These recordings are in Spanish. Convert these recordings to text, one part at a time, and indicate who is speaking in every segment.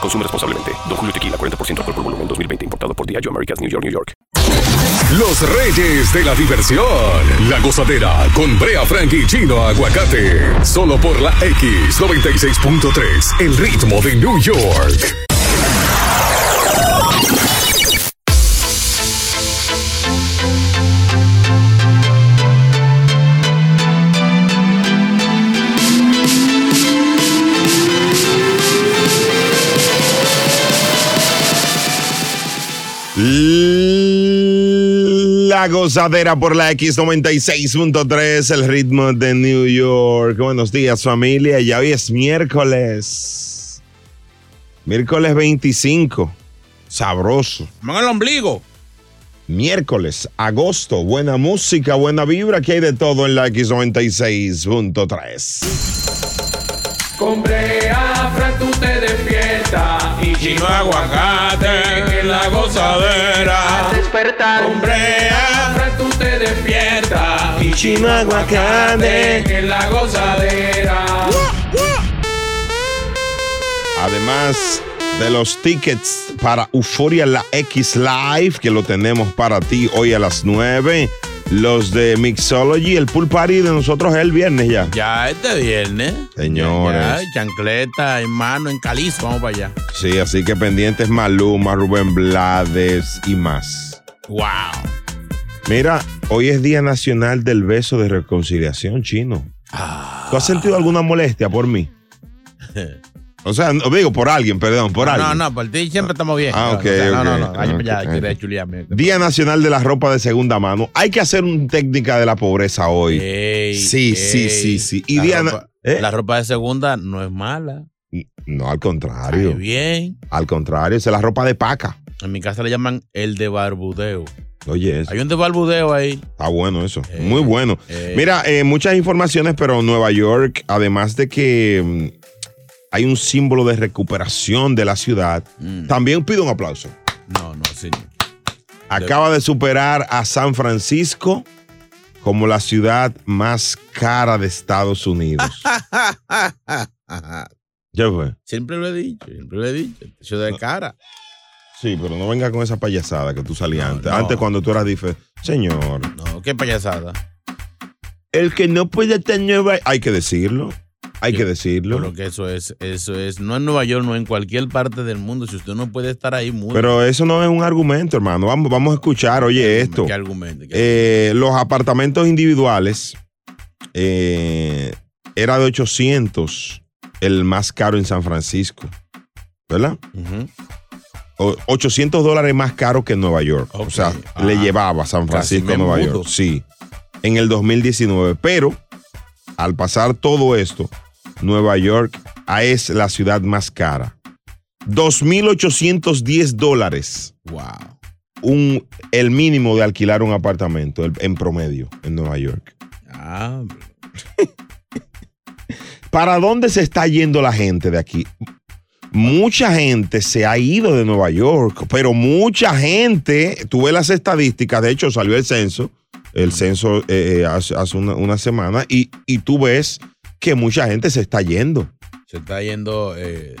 Speaker 1: Consume responsablemente. Don Julio Tequila, 40% alcohol por volumen, 2020. Importado por Diageo Americas, New York, New York.
Speaker 2: Los reyes de la diversión. La gozadera con Brea Frank y Chino Aguacate. Solo por la X96.3. El ritmo de New York.
Speaker 3: La gozadera por la X96.3, el ritmo de New York. Buenos días familia, ya hoy es miércoles. Miércoles 25, sabroso.
Speaker 4: Mano el ombligo.
Speaker 3: Miércoles, agosto, buena música, buena vibra, que hay de todo en la X96.3.
Speaker 5: Con Brea, Fran, tú te despiertas. Y Chino Aguacate en la gozadera. Despertar. Con Brea, Fran, tú te despiertas. Y Chino Aguacate en la gozadera.
Speaker 3: Además de los tickets para Euforia La X Live, que lo tenemos para ti hoy a las 9. Los de Mixology, el pool party de nosotros es el viernes ya.
Speaker 4: Ya este viernes.
Speaker 3: Señores.
Speaker 4: Ya, chancleta, en mano, en calizo. Vamos para allá.
Speaker 3: Sí, así que pendientes Maluma, Rubén Blades y más.
Speaker 4: Wow.
Speaker 3: Mira, hoy es Día Nacional del Beso de Reconciliación chino.
Speaker 4: Ah.
Speaker 3: ¿Tú has sentido alguna molestia por mí? O sea, no, digo por alguien, perdón, por
Speaker 4: no,
Speaker 3: alguien.
Speaker 4: no, no, por ti siempre estamos bien.
Speaker 3: Ah,
Speaker 4: No, o
Speaker 3: ok,
Speaker 4: sea, No, no, no.
Speaker 3: ok,
Speaker 4: Ay,
Speaker 3: ok.
Speaker 4: ya, quiere chulearme.
Speaker 3: Día Nacional de la Ropa de Segunda Mano. Hay que hacer una técnica de la pobreza hoy.
Speaker 4: Ey,
Speaker 3: sí, sí,
Speaker 4: ey.
Speaker 3: sí, sí. Y
Speaker 4: la
Speaker 3: Día na-
Speaker 4: ropa,
Speaker 3: ¿Eh?
Speaker 4: la ropa de segunda no es mala.
Speaker 3: No, al
Speaker 4: Muy
Speaker 3: contrario.
Speaker 4: bien.
Speaker 3: Al contrario, esa es la ropa de paca.
Speaker 4: En mi casa le llaman el de barbudeo.
Speaker 3: Oye, eso.
Speaker 4: Hay un de barbudeo ahí.
Speaker 3: Está bueno eso.
Speaker 4: Eh,
Speaker 3: Muy bueno.
Speaker 4: eh.
Speaker 3: Mira, eh, muchas informaciones, pero Nueva York, además de que mm, hay un símbolo de recuperación de la ciudad,
Speaker 4: Mm.
Speaker 3: también pido un aplauso.
Speaker 4: No, no, señor.
Speaker 3: Acaba de superar a San Francisco como la ciudad más cara de Estados Unidos. ¿Ya fue?
Speaker 4: Siempre lo he dicho, siempre lo he dicho. Yo de cara.
Speaker 3: Sí, pero no venga con esa payasada que tú salías
Speaker 4: No,
Speaker 3: antes.
Speaker 4: no.
Speaker 3: Antes cuando tú eras diferente. Señor,
Speaker 4: No, qué payasada.
Speaker 3: el que no puede tener... Hay que decirlo. Hay
Speaker 4: Sí,
Speaker 3: que decirlo.
Speaker 4: Pero que eso es, eso es. No en Nueva York, no en cualquier parte del mundo. Si usted no puede estar ahí, mucho.
Speaker 3: Pero eso no es un argumento, hermano. Vamos, vamos a escuchar, oye, esto.
Speaker 4: ¿Qué argumento? ¿Qué-
Speaker 3: Eh, los apartamentos individuales eh, era de 800, el más caro en San Francisco, ¿verdad?
Speaker 4: Ujú.
Speaker 3: O- 800 dólares más caro que en Nueva York. O
Speaker 4: Ok.
Speaker 3: sea,
Speaker 4: Ah.
Speaker 3: le llevaba San Francisco a
Speaker 4: me
Speaker 3: Nueva
Speaker 4: mudo.
Speaker 3: York. Sí, en el 2019. Pero al pasar todo esto, Nueva York ah, es la ciudad más cara. 2.810 dólares
Speaker 4: Wow.
Speaker 3: un, el mínimo de alquilar un apartamento el- en promedio en Nueva York.
Speaker 4: Ah,
Speaker 3: ¿Para dónde se está yendo la gente de aquí? Mucha gente se ha ido de Nueva York, pero mucha gente, tú ves las estadísticas, de hecho salió el censo, el censo eh, eh, hace, hace una, una semana, y, y tú ves que mucha gente se está yendo.
Speaker 4: se está yendo. eh,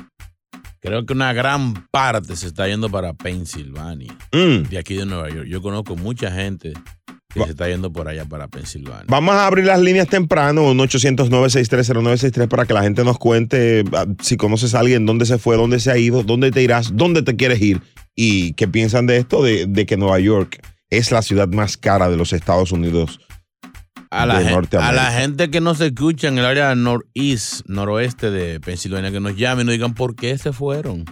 Speaker 4: creo que una gran parte se está yendo para Pensilvania.
Speaker 3: Mm.
Speaker 4: De aquí de Nueva York. Yo conozco mucha gente que
Speaker 3: Va-
Speaker 4: se está yendo por allá para Pensilvania.
Speaker 3: Vamos a abrir las líneas temprano, 1-800-963-0963, para que la gente nos cuente ah, si conoces a alguien, dónde se fue, dónde se ha ido, dónde te irás, dónde te quieres ir y qué piensan de esto, de, de que Nueva York es la ciudad más cara de los Estados Unidos.
Speaker 4: A la,
Speaker 3: de
Speaker 4: gen- a
Speaker 3: Norteamérica.
Speaker 4: la gente que no se escucha en el área northeast, noroeste de Pensilvania, que nos llamen y nos digan por qué se fueron.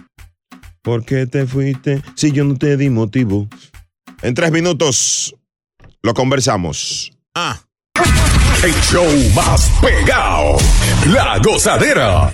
Speaker 3: ¿Por qué te fuiste si yo no te di motivo? En tres minutos lo conversamos.
Speaker 4: Ah.
Speaker 2: El show más pegado. La gozadera.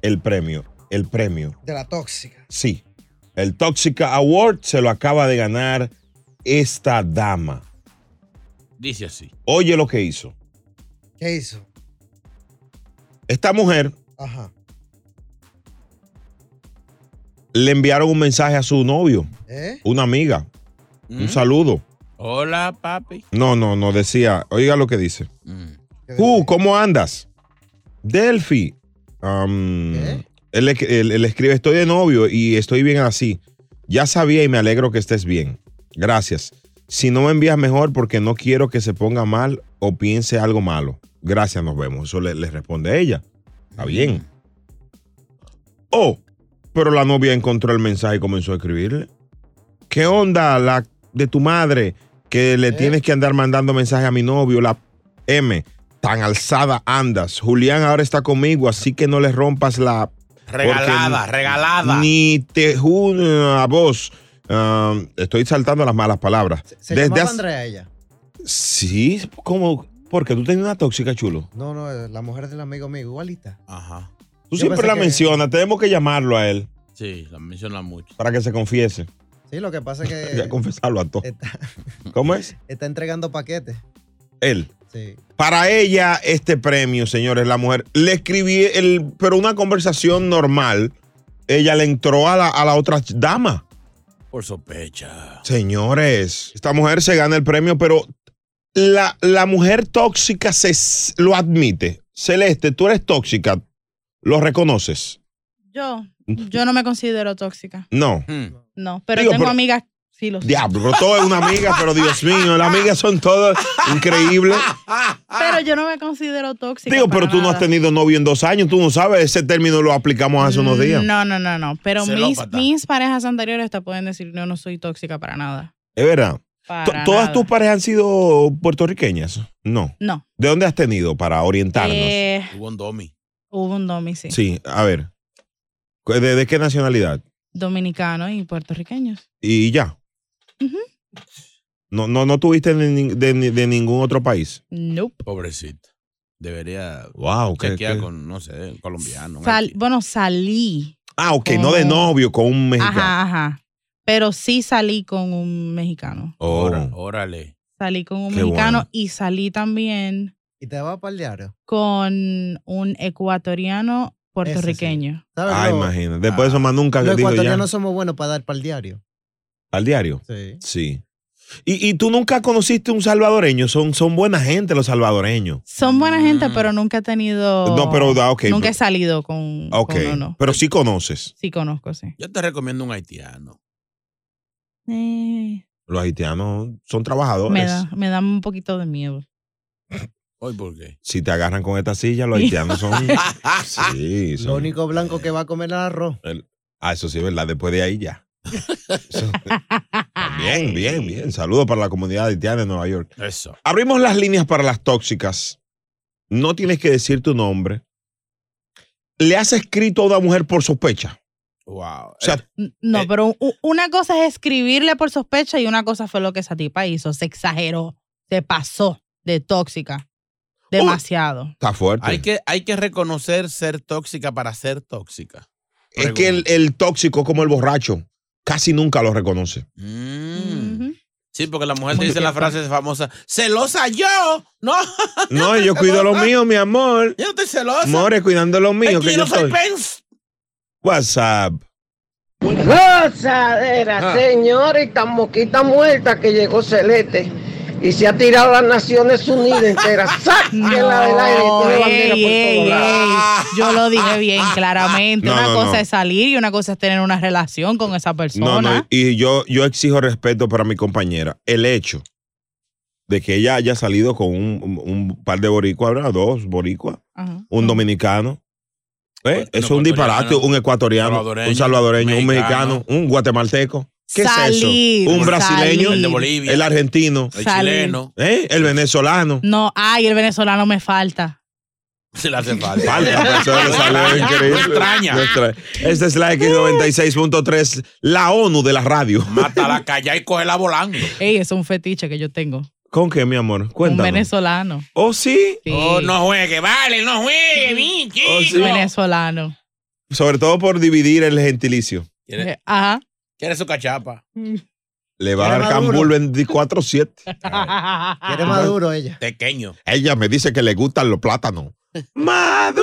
Speaker 3: el premio, el premio.
Speaker 6: De la tóxica.
Speaker 3: Sí, el Tóxica Award se lo acaba de ganar esta dama.
Speaker 4: Dice así.
Speaker 3: Oye lo que hizo.
Speaker 6: ¿Qué hizo?
Speaker 3: Esta mujer
Speaker 6: Ajá.
Speaker 3: le enviaron un mensaje a su novio,
Speaker 6: ¿Eh?
Speaker 3: una amiga,
Speaker 4: Mm.
Speaker 3: un saludo.
Speaker 4: Hola, papi.
Speaker 3: No, no, no, decía, oiga lo que dice.
Speaker 4: Mm.
Speaker 6: ¿Qué
Speaker 3: Ju, ¿cómo andas? Delphi. am,
Speaker 6: ¿Qué?
Speaker 3: él, le- él- él escribe, estoy de novio y estoy bien así. Ya sabía y me alegro que estés bien. Gracias. Si no me envías mejor porque no quiero que se ponga mal o piense algo malo. Gracias, nos vemos. Eso le, le responde ella. Está bien. Oh, pero la novia encontró el mensaje y comenzó a escribirle. ¿Qué onda la de tu madre que le tienes que andar mandando mensaje a mi novio? La M, tan alzada andas. Julián ahora está conmigo, así que no le rompas la...
Speaker 4: Regalada,
Speaker 3: Porque
Speaker 4: regalada.
Speaker 3: Ni te juro a vos. Ah, estoy saltando las malas palabras.
Speaker 6: Se, se
Speaker 3: Desde
Speaker 6: llamaba
Speaker 3: hace-
Speaker 6: Andrea ella.
Speaker 3: Sí, ¿cómo? Porque tú tenías una tóxica, chulo.
Speaker 6: No, no, eh, la mujer del amigo mío, igualita.
Speaker 4: Ajá.
Speaker 6: Yo
Speaker 3: Tú siempre
Speaker 6: pensé
Speaker 3: la
Speaker 6: que-
Speaker 3: mencionas. Tenemos que llamarlo a él
Speaker 4: Sí, la menciona mucho.
Speaker 3: para que se confiese.
Speaker 6: Sí, lo que pasa es
Speaker 3: Ya
Speaker 6: que
Speaker 3: confesarlo a todos.
Speaker 6: Eh, está,
Speaker 3: ¿Cómo es?
Speaker 6: está entregando paquetes.
Speaker 3: Él.
Speaker 6: Sí.
Speaker 3: Para ella, este premio, señores, la mujer, le escribí, el, pero una conversación normal, ella le entró a la, a la otra dama.
Speaker 4: Por sospecha.
Speaker 3: Señores, esta mujer se gana el premio, pero la, la mujer tóxica se, s- lo admite. Celeste, tú eres tóxica, lo reconoces.
Speaker 7: Yo, yo no me considero tóxica,
Speaker 3: No.
Speaker 4: Mm.
Speaker 7: no, pero
Speaker 3: Digo,
Speaker 7: tengo
Speaker 3: pero-
Speaker 7: amigas, sí lo sé.
Speaker 3: Diablo, pero todo es una amiga, pero Dios mío, las amigas son todas increíbles.
Speaker 4: Ah.
Speaker 7: Pero yo no me considero tóxica.
Speaker 3: Digo,
Speaker 7: para
Speaker 3: pero tú no has
Speaker 7: nada.
Speaker 3: tenido novio en dos años, tú no sabes, ese término lo aplicamos hace unos días.
Speaker 7: Mm, No, no, no, no. Pero mis,
Speaker 4: Celópata.
Speaker 7: mis parejas anteriores te pueden decir, yo no soy tóxica para nada.
Speaker 3: Es verdad. To-
Speaker 7: Para
Speaker 3: ¿Todas
Speaker 7: nada.
Speaker 3: tus parejas han sido puertorriqueñas? No.
Speaker 7: No.
Speaker 3: ¿De dónde has tenido para orientarnos?
Speaker 7: Eh,
Speaker 4: Hubo un domi.
Speaker 7: hubo un domi, sí.
Speaker 3: Sí, a ver. ¿De, de qué nacionalidad?
Speaker 7: Dominicanos y puertorriqueños.
Speaker 3: Y ya.
Speaker 7: Ujú.
Speaker 3: no, no, no tuviste de, nin- de ni- de ningún otro país.
Speaker 7: Nope.
Speaker 4: Pobrecita. Debería
Speaker 3: Wow,
Speaker 4: chequear con, no sé, colombiano.
Speaker 7: Sal-
Speaker 4: haitiano.
Speaker 7: bueno, salí.
Speaker 3: Ah, ok, no de
Speaker 7: Oh.
Speaker 3: novio, con un mexicano.
Speaker 7: Ajá, ajá. Pero sí salí con un mexicano.
Speaker 3: Oh.
Speaker 4: Ora- Órale.
Speaker 7: Salí con un
Speaker 3: Qué
Speaker 7: mexicano
Speaker 3: bueno.
Speaker 7: y salí también
Speaker 6: Y te va para el diario.
Speaker 7: con un ecuatoriano puertorriqueño.
Speaker 6: ¿Sabes?
Speaker 3: Ah,
Speaker 6: Lo-
Speaker 3: imagínate. Después de eso más nunca
Speaker 6: Los
Speaker 3: dijo ya.
Speaker 6: ecuatorianos somos buenos para dar para el diario.
Speaker 3: Al diario.
Speaker 6: Sí.
Speaker 3: Sí. Y, y tú nunca conociste un salvadoreño. Son, son buena gente los salvadoreños.
Speaker 7: Son buena gente, pero nunca he tenido.
Speaker 3: Ah. No, pero, ah, ok,
Speaker 7: Nunca
Speaker 3: pero-
Speaker 7: he salido con.
Speaker 3: Ah, Ok.
Speaker 7: con uno.
Speaker 3: Pero sí conoces.
Speaker 7: Sí, conozco, sí.
Speaker 4: Yo te recomiendo un haitiano.
Speaker 7: Eh,
Speaker 3: Los haitianos son
Speaker 7: me,
Speaker 3: trabajadores.
Speaker 7: da, me da un poquito de miedo.
Speaker 4: Hoy, ¿por qué?
Speaker 3: Si te agarran con esta silla, los haitianos son. sí,
Speaker 6: Lo
Speaker 3: son.
Speaker 6: único blanco que va a comer el arroz.
Speaker 3: Ah, eso sí es verdad. Después de ahí ya. Eso- bien, bien, bien. Saludos para la comunidad haitiana de Nueva York.
Speaker 4: Eso.
Speaker 3: Abrimos las líneas para las tóxicas. No tienes que decir tu nombre. Le has escrito a una mujer por sospecha.
Speaker 4: Wow.
Speaker 3: O sea,
Speaker 4: eh,
Speaker 7: N- No, pero u- una cosa es escribirle por sospecha y una cosa fue lo que esa tipa hizo. Se exageró, se pasó de tóxica. Demasiado.
Speaker 3: está fuerte.
Speaker 4: Hay que, hay que reconocer ser tóxica para ser tóxica.
Speaker 3: es que el, el tóxico, como el borracho, casi nunca lo reconoce.
Speaker 4: Sí, porque la mujer te dice la frase famosa, celosa yo. No,
Speaker 3: No, yo cuido lo mío, mi amor.
Speaker 4: yo no estoy celosa.
Speaker 3: More, cuidando lo mío,
Speaker 4: Es que
Speaker 3: que
Speaker 4: yo
Speaker 3: yo
Speaker 4: no soy
Speaker 3: soy.
Speaker 4: pens.
Speaker 3: WhatsApp.
Speaker 8: Gozadera,
Speaker 3: Ah.
Speaker 8: señores, tan moquita muerta que llegó Celeste y se ha tirado a las Naciones Unidas entera. Sáquela del aire y tiene bandera
Speaker 7: ey,
Speaker 8: por
Speaker 7: ey,
Speaker 8: todos lados.
Speaker 7: ey. Yo lo dije bien claramente.
Speaker 3: No,
Speaker 7: una
Speaker 3: no,
Speaker 7: cosa
Speaker 3: no.
Speaker 7: es salir y una cosa es tener una relación con esa persona.
Speaker 3: No, no, y yo, yo exijo respeto para mi compañera. El hecho de que ella haya salido con un, un- un par de boricuas, ¿verdad? dos boricuas,
Speaker 7: Ajá. Mm.
Speaker 3: un dominicano. ¿Eh? Eso es un disparate, un ecuatoriano,
Speaker 4: Pues, salvadoreño,
Speaker 3: un salvadoreño, un
Speaker 4: mexicano.
Speaker 3: mexicano, un guatemalteco. ¿Qué es
Speaker 7: Salir,
Speaker 3: eso? Un brasileño,
Speaker 7: salir. El de
Speaker 4: Bolivia.
Speaker 3: el argentino,
Speaker 4: El
Speaker 7: Salir.
Speaker 4: chileno.
Speaker 3: ¿eh? el venezolano.
Speaker 7: No, ay, el venezolano me falta.
Speaker 4: Se le hace falta.
Speaker 3: Falta,
Speaker 4: pues.
Speaker 3: pero eso le salió increíble.
Speaker 4: No extraña.
Speaker 3: No extraña. Esta es la X96.3, la ONU de la radio.
Speaker 4: Mata la calla y coge la volando.
Speaker 7: Ey, eso es un fetiche que yo tengo.
Speaker 3: ¿Con qué, mi amor? Cuéntanos.
Speaker 7: Un venezolano.
Speaker 3: ¿Oh, sí?
Speaker 7: Sí.
Speaker 4: Oh, no juegue, vale, no juegue, mi
Speaker 3: Oh,
Speaker 4: chico.
Speaker 3: sí.
Speaker 7: Venezolano.
Speaker 3: Sobre todo por dividir el gentilicio.
Speaker 4: ¿Quiere,
Speaker 7: Eh, Ajá.
Speaker 4: quiere su cachapa?
Speaker 3: Le va a dar
Speaker 6: Era Maduro.
Speaker 3: cambul 24-7.
Speaker 6: Quiere maduro ella.
Speaker 4: Pequeño.
Speaker 3: Ella me dice que le gustan los plátanos. ¡Maduro!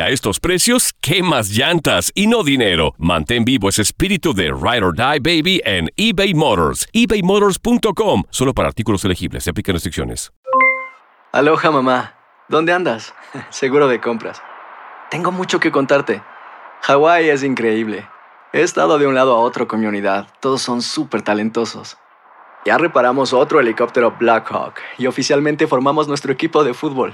Speaker 1: a estos precios, ¿qué más llantas y no dinero? Mantén vivo ese espíritu de Ride or Die Baby en eBay Motors. ebaymotors.com. Solo para artículos elegibles. Se aplican restricciones.
Speaker 9: Aloha mamá. ¿Dónde andas? Seguro de compras. Tengo mucho que contarte. Hawái es increíble. He estado de un lado a otro con mi unidad. Todos son súper talentosos. Ya reparamos otro helicóptero Blackhawk y oficialmente formamos nuestro equipo de fútbol.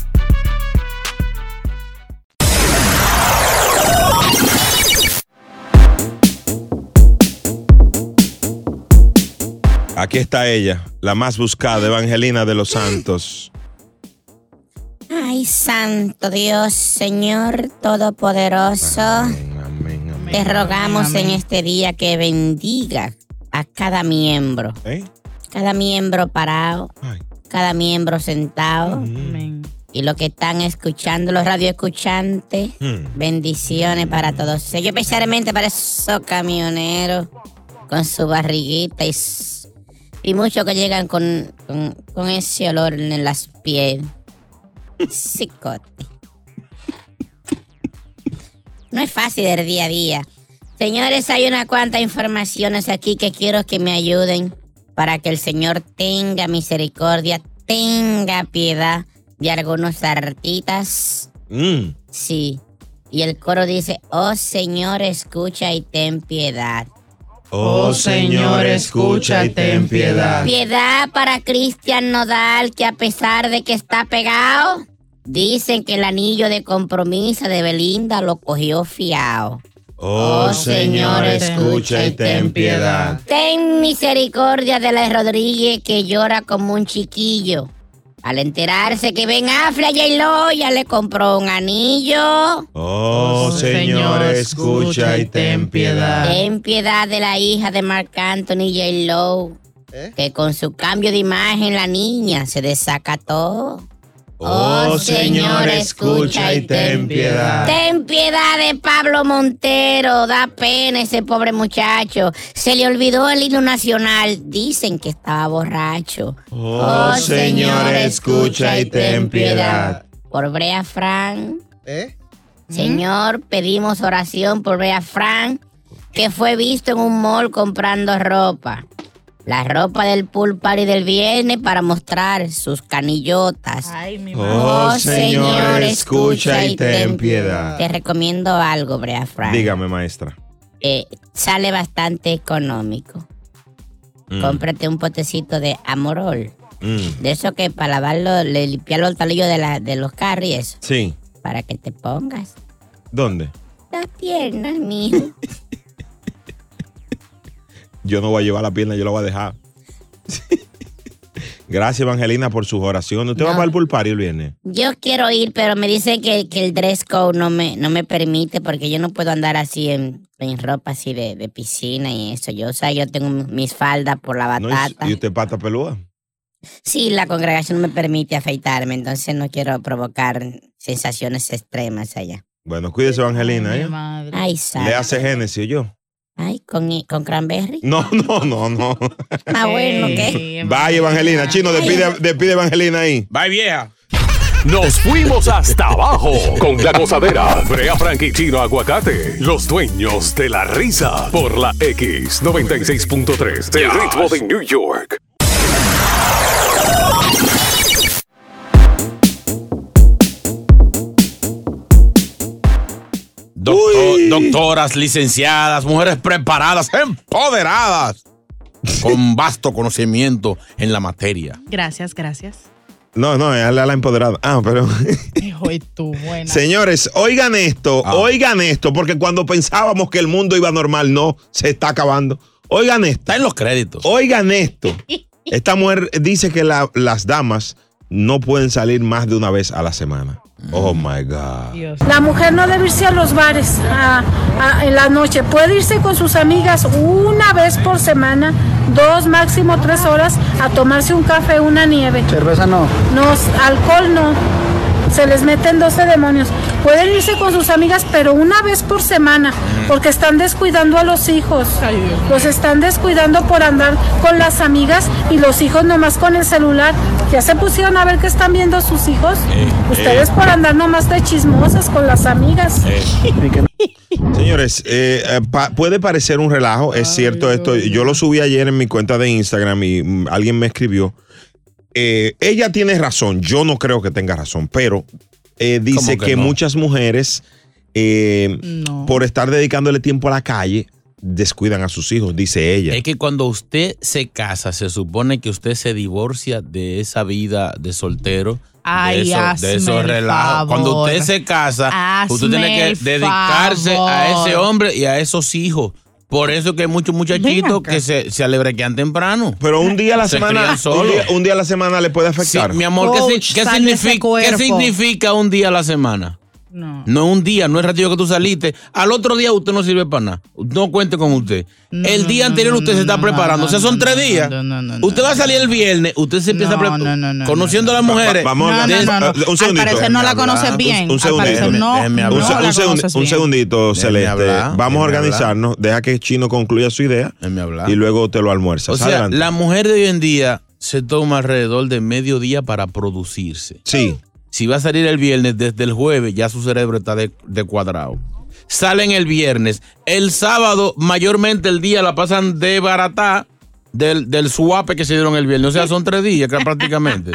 Speaker 3: Aquí está ella, la más buscada, Evangelina de los Santos.
Speaker 10: Ay, santo Dios, Señor Todopoderoso, te rogamos en este día que bendiga a cada miembro. Cada miembro parado, cada miembro sentado. Y los que están escuchando, los radioescuchantes,
Speaker 3: Hmm.
Speaker 10: bendiciones para todos ellos, especialmente para esos camioneros con su barriguita y s- Y muchos que llegan con, con, con ese olor en las pieles. Psicote. No es fácil el día a día. Señores, hay una cuanta informaciones aquí que quiero que me ayuden para que el Señor tenga misericordia, tenga piedad de algunos artitas. Sí. Y el coro dice, oh Señor, escucha y ten piedad.
Speaker 3: Oh Señor, escucha y ten piedad.
Speaker 10: Piedad para Cristian Nodal, que a pesar de que está pegado, dicen que el anillo de compromiso de Belinda lo cogió fiao.
Speaker 3: Oh Señor, escucha y ten piedad.
Speaker 10: Ten misericordia de la Rodríguez que llora como un chiquillo. Al enterarse que Ben Affleck y lo ya le compró un anillo.
Speaker 3: Oh Señor, escucha y ten piedad. Em-
Speaker 10: Ten piedad de la hija de Marc Anthony y J. Lowe, que con su cambio de imagen la niña se desacató.
Speaker 3: Oh Señor, escucha y ten piedad.
Speaker 10: Ten piedad de Pablo Montero, da pena ese pobre muchacho. Se le olvidó el himno nacional, dicen que estaba borracho.
Speaker 3: Oh Señor, escucha y ten piedad.
Speaker 10: Por Brea Frank.
Speaker 3: ¿Eh? ¿Mm?
Speaker 10: Señor, pedimos oración por Brea Frank, que fue visto en un mall comprando ropa. La ropa del pool party del viernes para mostrar sus canillotas.
Speaker 3: Oh Señor, escucha y ten piedad.
Speaker 10: Te recomiendo algo, Brea Frank.
Speaker 3: Dígame, maestra.
Speaker 10: Eh, sale bastante económico.
Speaker 3: Mm.
Speaker 10: Cómprate un potecito de Amorol. De eso que para lavarlo, le limpiar los talillos de, la- de los carros y eso.
Speaker 3: Sí.
Speaker 10: Para que te pongas
Speaker 3: ¿Dónde?
Speaker 10: las piernas, mijo.
Speaker 3: Yo no voy a llevar la pierna, yo la voy a dejar. Gracias, Evangelina, por sus oraciones. ¿Usted va para el pool party el viernes?
Speaker 10: Yo quiero ir, pero me dicen que, que el dress code no me, no me permite porque yo no puedo andar así en, en ropa así de, de piscina y eso. Yo, o sea, yo tengo mis faldas por la
Speaker 3: ¿No?
Speaker 10: batata.
Speaker 3: ¿Y usted pata peluda?
Speaker 10: Sí, la congregación no me permite afeitarme, entonces no quiero provocar sensaciones extremas allá.
Speaker 3: Bueno, cuídese, Evangelina, ¿eh?
Speaker 10: Ay, Sara.
Speaker 3: Le hace Génesis, yo.
Speaker 10: Ay, con, con cranberry.
Speaker 3: No, no, no, no.
Speaker 10: Ah, bueno, ¿qué?
Speaker 3: Vaya, Evangelina. Chino, despide, despide Evangelina ahí.
Speaker 4: Bye, vieja.
Speaker 2: Nos fuimos hasta abajo con la gozadera. Brea Frank y Chino Aguacate, los dueños de la risa. Por la X96.3 del ritmo de New York.
Speaker 4: Doctor- doctoras, licenciadas, mujeres preparadas, empoderadas, con vasto conocimiento en la materia.
Speaker 7: Gracias, gracias.
Speaker 3: No, no, es la, la empoderada. Ah, pero.
Speaker 7: Hijo de tu buena.
Speaker 3: Señores, oigan esto,
Speaker 4: Ah.
Speaker 3: oigan esto, porque cuando pensábamos que el mundo iba normal, no, se está acabando. Oigan esto. Está
Speaker 4: en los créditos.
Speaker 3: Oigan esto. Esta mujer dice que la- las damas no pueden salir más de una vez a la semana. Oh my God.
Speaker 11: La mujer no debe irse a los bares a- a- en la noche. Puede irse con sus amigas una vez por semana, dos, máximo tres horas, a tomarse un café, una nieve. Cerveza no. No, s- alcohol no. Se les meten 12 demonios. Pueden irse con sus amigas, pero una vez por semana, porque están descuidando a los hijos. Los están descuidando por andar con las amigas y los hijos nomás con el celular. Ya se pusieron a ver qué están viendo sus hijos. Ustedes
Speaker 3: eh.
Speaker 11: por andar nomás de chismosas con las amigas.
Speaker 3: Señores, eh, eh, pa- puede parecer un relajo, es cierto esto. Yo lo subí ayer en mi cuenta de Instagram y mm, alguien me escribió. Eh, ella tiene razón, yo no creo que tenga razón, pero eh, dice
Speaker 4: que
Speaker 3: que,
Speaker 4: no?
Speaker 3: muchas mujeres, eh, por estar dedicándole tiempo a la calle, descuidan a sus hijos, dice ella.
Speaker 4: Es que cuando usted se casa, se supone que usted se divorcia de esa vida de soltero.
Speaker 7: Ay,
Speaker 4: de eso,
Speaker 7: hazme
Speaker 4: de esos
Speaker 7: el
Speaker 4: relajos.
Speaker 7: favor.
Speaker 4: Cuando usted se casa,
Speaker 7: Hazme
Speaker 4: usted tiene
Speaker 7: el
Speaker 4: que dedicarse a
Speaker 7: favor.
Speaker 4: ese hombre y a esos hijos. Por eso que hay muchos muchachitos que se, se alebrequean temprano.
Speaker 3: Pero un día a la
Speaker 4: Se
Speaker 3: semana,
Speaker 4: crían solos.
Speaker 3: un día, un día a la semana le puede afectar.
Speaker 4: Mi amor, ¿qué, si- qué significa, ¿qué significa un día a la semana?
Speaker 7: No.
Speaker 4: No es un día, no es ratito que tú saliste. Al otro día usted no sirve para nada. No cuente con usted. el día anterior usted se está preparando. o sea, son tres días. usted va a salir el viernes. Usted se empieza a pre- conociendo a las mujeres.
Speaker 3: Va- vamos a- No, no, no, no. un Al segundito. parecer no la conoces bien.
Speaker 4: Un,
Speaker 3: Un
Speaker 4: segundo.
Speaker 3: segundito.
Speaker 7: no,
Speaker 3: Un,
Speaker 7: no
Speaker 3: se-
Speaker 7: la
Speaker 3: un segun-
Speaker 7: conoces
Speaker 3: un
Speaker 7: bien.
Speaker 3: segundito,
Speaker 4: Déjeme
Speaker 3: Celeste.
Speaker 4: hablar,
Speaker 3: Vamos a
Speaker 4: déjeme
Speaker 3: organizarnos. Deja que Chino concluya su idea
Speaker 4: hablar.
Speaker 3: y luego te lo almuerzas.
Speaker 4: O sea,
Speaker 3: Adelante.
Speaker 4: la mujer de hoy en día se toma alrededor de medio día para producirse.
Speaker 3: Sí.
Speaker 4: Si va a salir el viernes, desde el jueves ya su cerebro está de, de cuadrado. Salen el viernes. El sábado, mayormente el día la pasan de baratá del, del suape que se dieron el viernes. O sea, son tres días que prácticamente.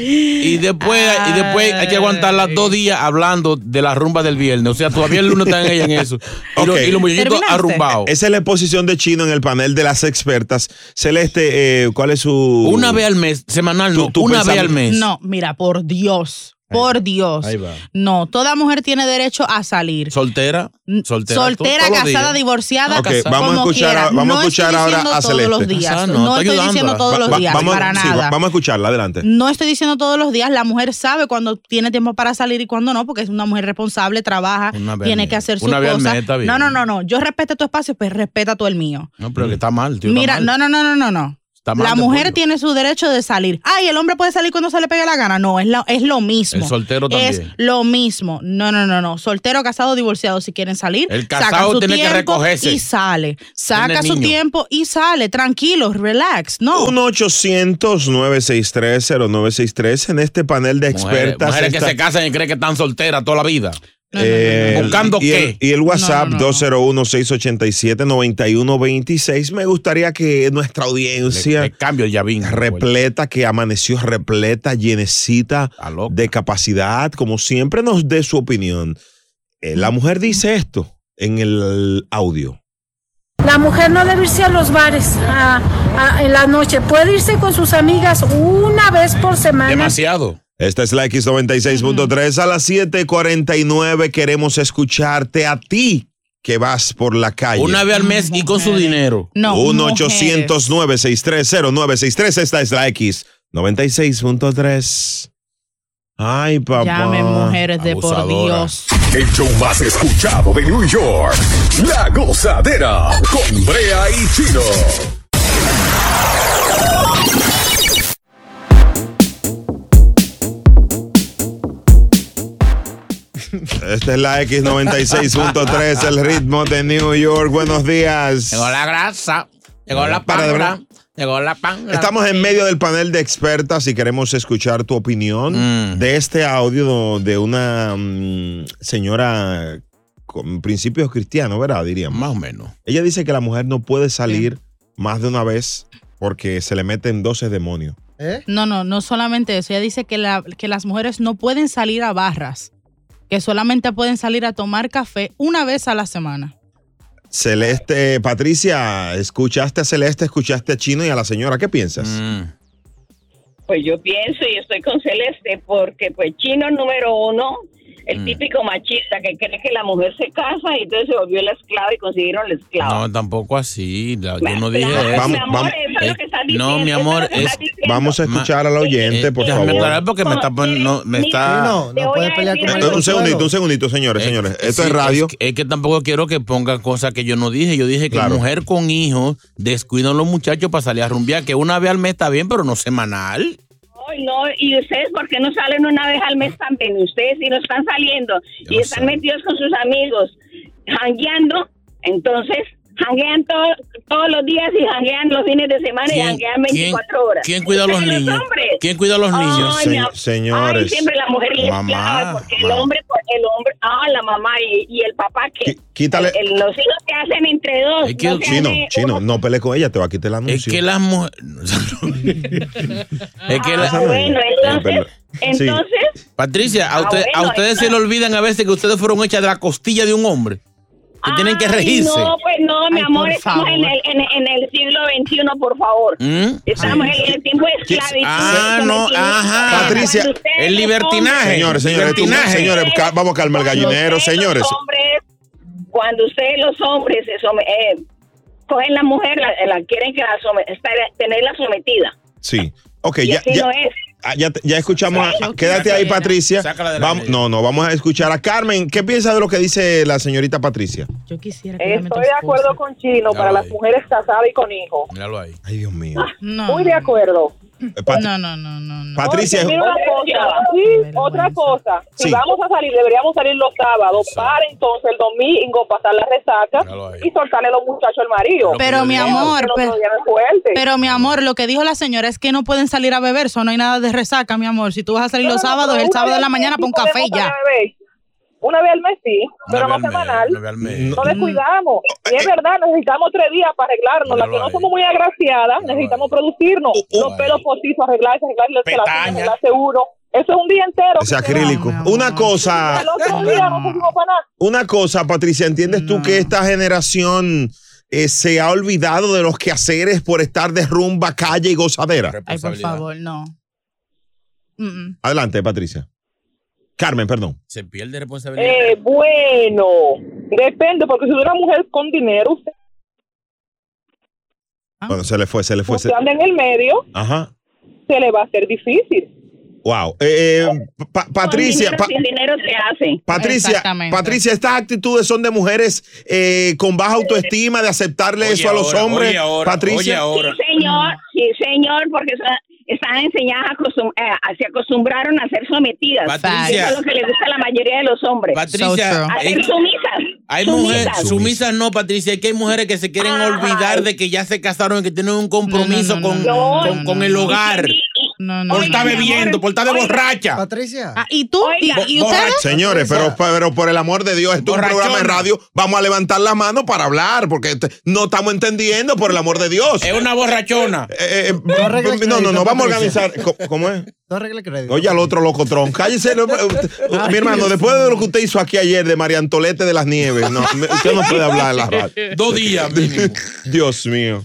Speaker 4: Y después, y después hay que aguantar las dos días hablando de la rumba del viernes. O sea, todavía el lunes están en ella en eso. Y, los-
Speaker 3: Ok.
Speaker 4: y los muñequitos arrumbados.
Speaker 3: Esa es la exposición de Chino en el panel de las expertas. Celeste, eh, ¿cuál es su.
Speaker 4: Una vez al mes, semanal, no,
Speaker 3: tu
Speaker 4: una vez
Speaker 3: pensamiento-
Speaker 4: al mes.
Speaker 7: No, mira, por Dios. Por Dios.
Speaker 4: Ahí va.
Speaker 7: No, toda mujer tiene derecho a salir.
Speaker 4: Soltera, soltera.
Speaker 7: Mm, Soltera,
Speaker 4: todos los
Speaker 7: casada,
Speaker 4: días.
Speaker 7: divorciada,
Speaker 3: Ok, vamos a
Speaker 7: como
Speaker 3: escuchar,
Speaker 7: quiera.
Speaker 3: a- vamos a
Speaker 7: No estoy
Speaker 3: escuchar ahora
Speaker 7: diciendo
Speaker 3: a
Speaker 7: todos
Speaker 3: Celeste.
Speaker 7: los días,
Speaker 3: Ah, está
Speaker 7: no estoy
Speaker 3: ayudándola.
Speaker 7: diciendo todos los
Speaker 3: Va-
Speaker 7: días,
Speaker 3: vamos,
Speaker 7: para
Speaker 3: sí, va-
Speaker 7: nada.
Speaker 3: vamos a escucharla, adelante.
Speaker 7: No estoy diciendo todos los días, la mujer sabe cuando tiene tiempo para salir y cuando no, porque es una mujer responsable, trabaja,
Speaker 4: Una vez al
Speaker 7: tiene
Speaker 4: mes.
Speaker 7: que hacer sus
Speaker 4: Una vez al
Speaker 7: cosas.
Speaker 4: mes, está bien.
Speaker 7: No, no, no, no. Yo respeto tu espacio, pues respeta tú el mío.
Speaker 4: No, pero que está mal, tío.
Speaker 7: Mira,
Speaker 4: está
Speaker 7: no,
Speaker 4: mal.
Speaker 7: no, no, no, no, no.
Speaker 4: Está mal,
Speaker 7: la
Speaker 4: te
Speaker 7: mujer tiene su derecho de salir. Ay, el hombre puede salir cuando se le pegue la gana. No, es, la- es lo mismo.
Speaker 4: El soltero también.
Speaker 7: Es lo mismo. No, no, no, no. Soltero, casado, divorciado, si quieren salir.
Speaker 4: El
Speaker 7: sacan
Speaker 4: casado
Speaker 7: su
Speaker 4: tiene que
Speaker 7: tiempo
Speaker 4: recogerse.
Speaker 7: Y sale. Saca
Speaker 3: Tiene
Speaker 7: su
Speaker 3: niño.
Speaker 7: tiempo y sale. Tranquilo, relax. No.
Speaker 3: 1-800-963-0963 en este panel de
Speaker 4: Mujeres-
Speaker 3: expertas.
Speaker 4: mujeres que
Speaker 3: está-
Speaker 4: se casan y creen que están solteras toda la vida.
Speaker 3: Eh,
Speaker 4: ¿Buscando
Speaker 3: y
Speaker 4: qué?
Speaker 3: El, y el WhatsApp
Speaker 4: No, no, no.
Speaker 3: 201-687-9126. Me gustaría que nuestra audiencia.
Speaker 4: cambio pues.
Speaker 3: Repleta, que amaneció repleta, llenecita de capacidad, como siempre, nos dé su opinión. Eh, la mujer dice esto en el audio.
Speaker 11: La mujer no debe irse a los bares a- a- en la noche. Puede irse con sus amigas una vez por semana.
Speaker 4: Demasiado.
Speaker 3: Esta es la X96.3. A las 7:49 queremos escucharte a ti que vas por la calle.
Speaker 4: Una vez al mes y con su dinero.
Speaker 3: 1-800-963-0963. Esta es la X96.3. Ay, papá.
Speaker 7: Llamen mujeres de por Dios.
Speaker 2: El show más escuchado de New York. La gozadera con Brea y Chino.
Speaker 3: Esta es la X96.3, el ritmo de New York. Buenos días.
Speaker 4: Llegó la grasa, llegó la
Speaker 3: Para de verdad.
Speaker 4: pan, llegó la pan.
Speaker 3: Estamos en medio del panel de expertas y queremos escuchar tu opinión
Speaker 4: Mm.
Speaker 3: de este audio de una mm, señora con principios cristianos, ¿verdad? Diríamos.
Speaker 4: Más o menos.
Speaker 3: Ella dice que la mujer no puede salir más de una vez porque se le meten 12 demonios.
Speaker 6: ¿Eh?
Speaker 7: No, no, no solamente eso. Ella dice que, la- que las mujeres no pueden salir a barras, que solamente pueden salir a tomar café una vez a la semana.
Speaker 3: Celeste, Patricia, escuchaste a Celeste, escuchaste a Chino y a la señora. ¿Qué piensas?
Speaker 4: Mm.
Speaker 12: Pues yo pienso y estoy con Celeste porque pues chino número uno,
Speaker 4: Mm.
Speaker 12: el típico machista que cree que la mujer se casa y entonces se volvió la esclava y consiguieron la esclava.
Speaker 4: No, tampoco así. la- Yo no
Speaker 12: Claro,
Speaker 4: dije
Speaker 12: mi
Speaker 4: eso. eh,
Speaker 12: amor, eso es lo que estás
Speaker 4: No,
Speaker 12: diciendo,
Speaker 4: mi
Speaker 12: eso es
Speaker 4: amor,
Speaker 12: lo que
Speaker 4: es- eh,
Speaker 12: estás diciendo.
Speaker 3: Vamos a escuchar al oyente, por
Speaker 4: déjame
Speaker 3: favor.
Speaker 4: aclarar porque me está poniendo- no, me está- No, no
Speaker 3: Eh,
Speaker 4: puedes pelear con el
Speaker 3: Un segundito,
Speaker 4: consuelo.
Speaker 3: un segundito, señores, señores. Esto
Speaker 4: Sí,
Speaker 3: es radio.
Speaker 4: que- Es, que tampoco quiero que pongan cosas que yo no dije. Yo dije que
Speaker 3: Claro.
Speaker 4: mujer con hijos descuidan los muchachos para salir a rumbear, que una vez al mes está bien, pero no semanal.
Speaker 12: Ay, no, y ustedes, ¿por qué no salen una vez al mes también? Ustedes si no están saliendo y están metidos con sus amigos, jangueando, entonces janguean todo- todos los días y janguean los fines de semana y
Speaker 4: ¿Quién-
Speaker 12: janguean
Speaker 4: quién-
Speaker 12: 24 horas.
Speaker 4: quién cuida a los
Speaker 12: Ustedes,
Speaker 4: niños?
Speaker 12: hombres.
Speaker 4: ¿Quién cuida a los
Speaker 12: Ay,
Speaker 4: niños?
Speaker 12: mi
Speaker 4: Se-
Speaker 12: am-
Speaker 4: señores.
Speaker 12: Ay, siempre la mujer y la
Speaker 4: Mamá,
Speaker 12: esclava, porque el
Speaker 4: mamá.
Speaker 12: hombre, el hombre, ah, la mamá y, y el papá que
Speaker 3: quítale-
Speaker 12: el- los hijos se hacen entre dos. no se
Speaker 3: chino,
Speaker 12: hace-
Speaker 3: chino, no pelees con ella, te va a quitar el anuncio. Es que
Speaker 4: las mujeres. Es que la-
Speaker 12: Ah, bueno, entonces,
Speaker 4: Sí.
Speaker 12: entonces
Speaker 4: Patricia, a,
Speaker 12: Ah,
Speaker 4: usted- a
Speaker 12: bueno,
Speaker 4: ustedes se le olvidan a veces que ustedes fueron hechas de la costilla de un hombre. Que tienen que
Speaker 12: Ay,
Speaker 4: regirse.
Speaker 12: No, pues no, mi
Speaker 4: Ay,
Speaker 12: amor,
Speaker 4: por
Speaker 12: estamos
Speaker 4: favor.
Speaker 12: en el, en, en el siglo XXI, por favor.
Speaker 4: ¿Mm?
Speaker 12: Estamos
Speaker 4: Sí.
Speaker 12: en el tiempo de esclavitud.
Speaker 4: Ah, no, ajá.
Speaker 3: Patricia,
Speaker 12: Cuando ustedes,
Speaker 4: el libertinaje.
Speaker 3: Señores, señores, tú-
Speaker 4: libertinaje.
Speaker 3: señores, ca- vamos a calmar el gallinero, señores.
Speaker 12: los hombres, cuando ustedes los hombres se some- eh, cogen la mujer, la, la quieren que la some- estar- tenerla sometida.
Speaker 3: Sí. Ok,
Speaker 12: y
Speaker 3: Eh, ya,
Speaker 12: así
Speaker 3: ya,
Speaker 12: no es.
Speaker 3: Ah, Ya, te- ya escuchamos. a-
Speaker 4: Sácala.
Speaker 3: quédate ahí,
Speaker 4: Sácala.
Speaker 3: Patricia.
Speaker 4: Sácala de la
Speaker 3: Vamos,
Speaker 4: arena.
Speaker 3: no, no, vamos a escuchar a Carmen. ¿Qué piensa de lo que dice la señorita Patricia?
Speaker 7: Yo quisiera
Speaker 13: que Estoy de acuerdo con Chino para las mujeres casadas y con hijos. Ah,
Speaker 4: Míralo ahí.
Speaker 3: Ay, Dios mío.
Speaker 13: Muy de acuerdo.
Speaker 7: no, no, no, no, no.
Speaker 3: Eh, Patricia,
Speaker 13: Porque, mira una cosa, sí, otra cosa. Si
Speaker 3: Sí.
Speaker 13: vamos a salir, deberíamos salir los sábados para entonces el domingo pasar la resaca y soltarle los muchachos al marido.
Speaker 7: Pero mi amor, pues, pero, pero, mi amor, lo que dijo la señora es que no pueden salir a beber, eso no hay nada de resaca, mi amor. Si tú vas a salir los sábados, el sábado de la mañana pon café y ya.
Speaker 13: Una vez al mes sí,
Speaker 4: Una
Speaker 13: pero
Speaker 4: vez
Speaker 13: no
Speaker 4: al mes,
Speaker 13: semanal.
Speaker 4: una vez al mes.
Speaker 7: Mm.
Speaker 13: No descuidamos. Y es verdad, necesitamos tres días para arreglarnos. Las que no somos muy agraciadas, necesitamos producirnos. Los pelos postizos, arreglarse, arreglarse, las uñas, arreglarse uno. Eso es un día entero.
Speaker 3: Es acrílico. Una cosa.
Speaker 13: El otro día no servimos para nada.
Speaker 3: Una cosa, Patricia, ¿entiendes tú que esta generación eh, se ha olvidado de los quehaceres por estar de rumba, calle y gozadera?
Speaker 7: Ay, por favor, no. Mm, mm.
Speaker 3: Adelante, Patricia. Carmen, perdón.
Speaker 4: Se pierde responsabilidad.
Speaker 13: Eh, bueno, depende, porque si es una mujer con dinero, usted
Speaker 3: Bueno, se le fue, se le
Speaker 4: Pues
Speaker 3: fue. se-
Speaker 13: usted anda en el medio,
Speaker 3: Ajá.
Speaker 13: se le va a hacer difícil.
Speaker 3: Wow. Eh, eh, Pa- Patricia. Pa-
Speaker 13: dinero se hace.
Speaker 3: Patricia, Patricia, estas actitudes son de mujeres eh, con baja autoestima, de aceptarle
Speaker 4: Oye
Speaker 3: eso a los
Speaker 4: ahora,
Speaker 3: hombres.
Speaker 4: oye ahora,
Speaker 3: Patricia,
Speaker 4: oye ahora.
Speaker 12: Sí, señor,
Speaker 3: mm.
Speaker 12: sí, señor, porque esa- están enseñadas, a acostum- eh, a- se acostumbraron a ser sometidas.
Speaker 4: Patricia.
Speaker 12: Eso es lo que le gusta a la mayoría de los hombres.
Speaker 4: Patricia,
Speaker 12: a ser
Speaker 4: eh,
Speaker 12: sumisas.
Speaker 4: Hay
Speaker 12: sumisas. Ah.
Speaker 4: mujeres, sumisas no, Patricia, es que hay mujeres que se quieren olvidar de que ya se casaron y que tienen un compromiso con, con, con el hogar. por estar bebiendo, por estar de borracha.
Speaker 6: Patricia.
Speaker 7: Ah, ¿Y tú? ¿Y, y
Speaker 3: Borracha.
Speaker 7: ustedes?
Speaker 3: Señores, pero, pero por el amor de Dios, esto es un programa de radio. Vamos a levantar las manos para hablar, porque te- no estamos entendiendo, por el amor de Dios. Es
Speaker 4: una borrachona.
Speaker 6: arregles
Speaker 3: Eh, no, no, no,
Speaker 6: crédito,
Speaker 3: vamos a
Speaker 6: Patricia.
Speaker 3: organizar. Co- ¿Cómo es?
Speaker 6: No arregle crédito.
Speaker 3: Oye, al otro locotrón. Cállese. no, eh, usted- mi hermano, después de lo que usted hizo aquí ayer de María Antolete de las Nieves, no, me- usted no puede hablar en la radio.
Speaker 4: Dos días mínimo.
Speaker 3: Dios mío.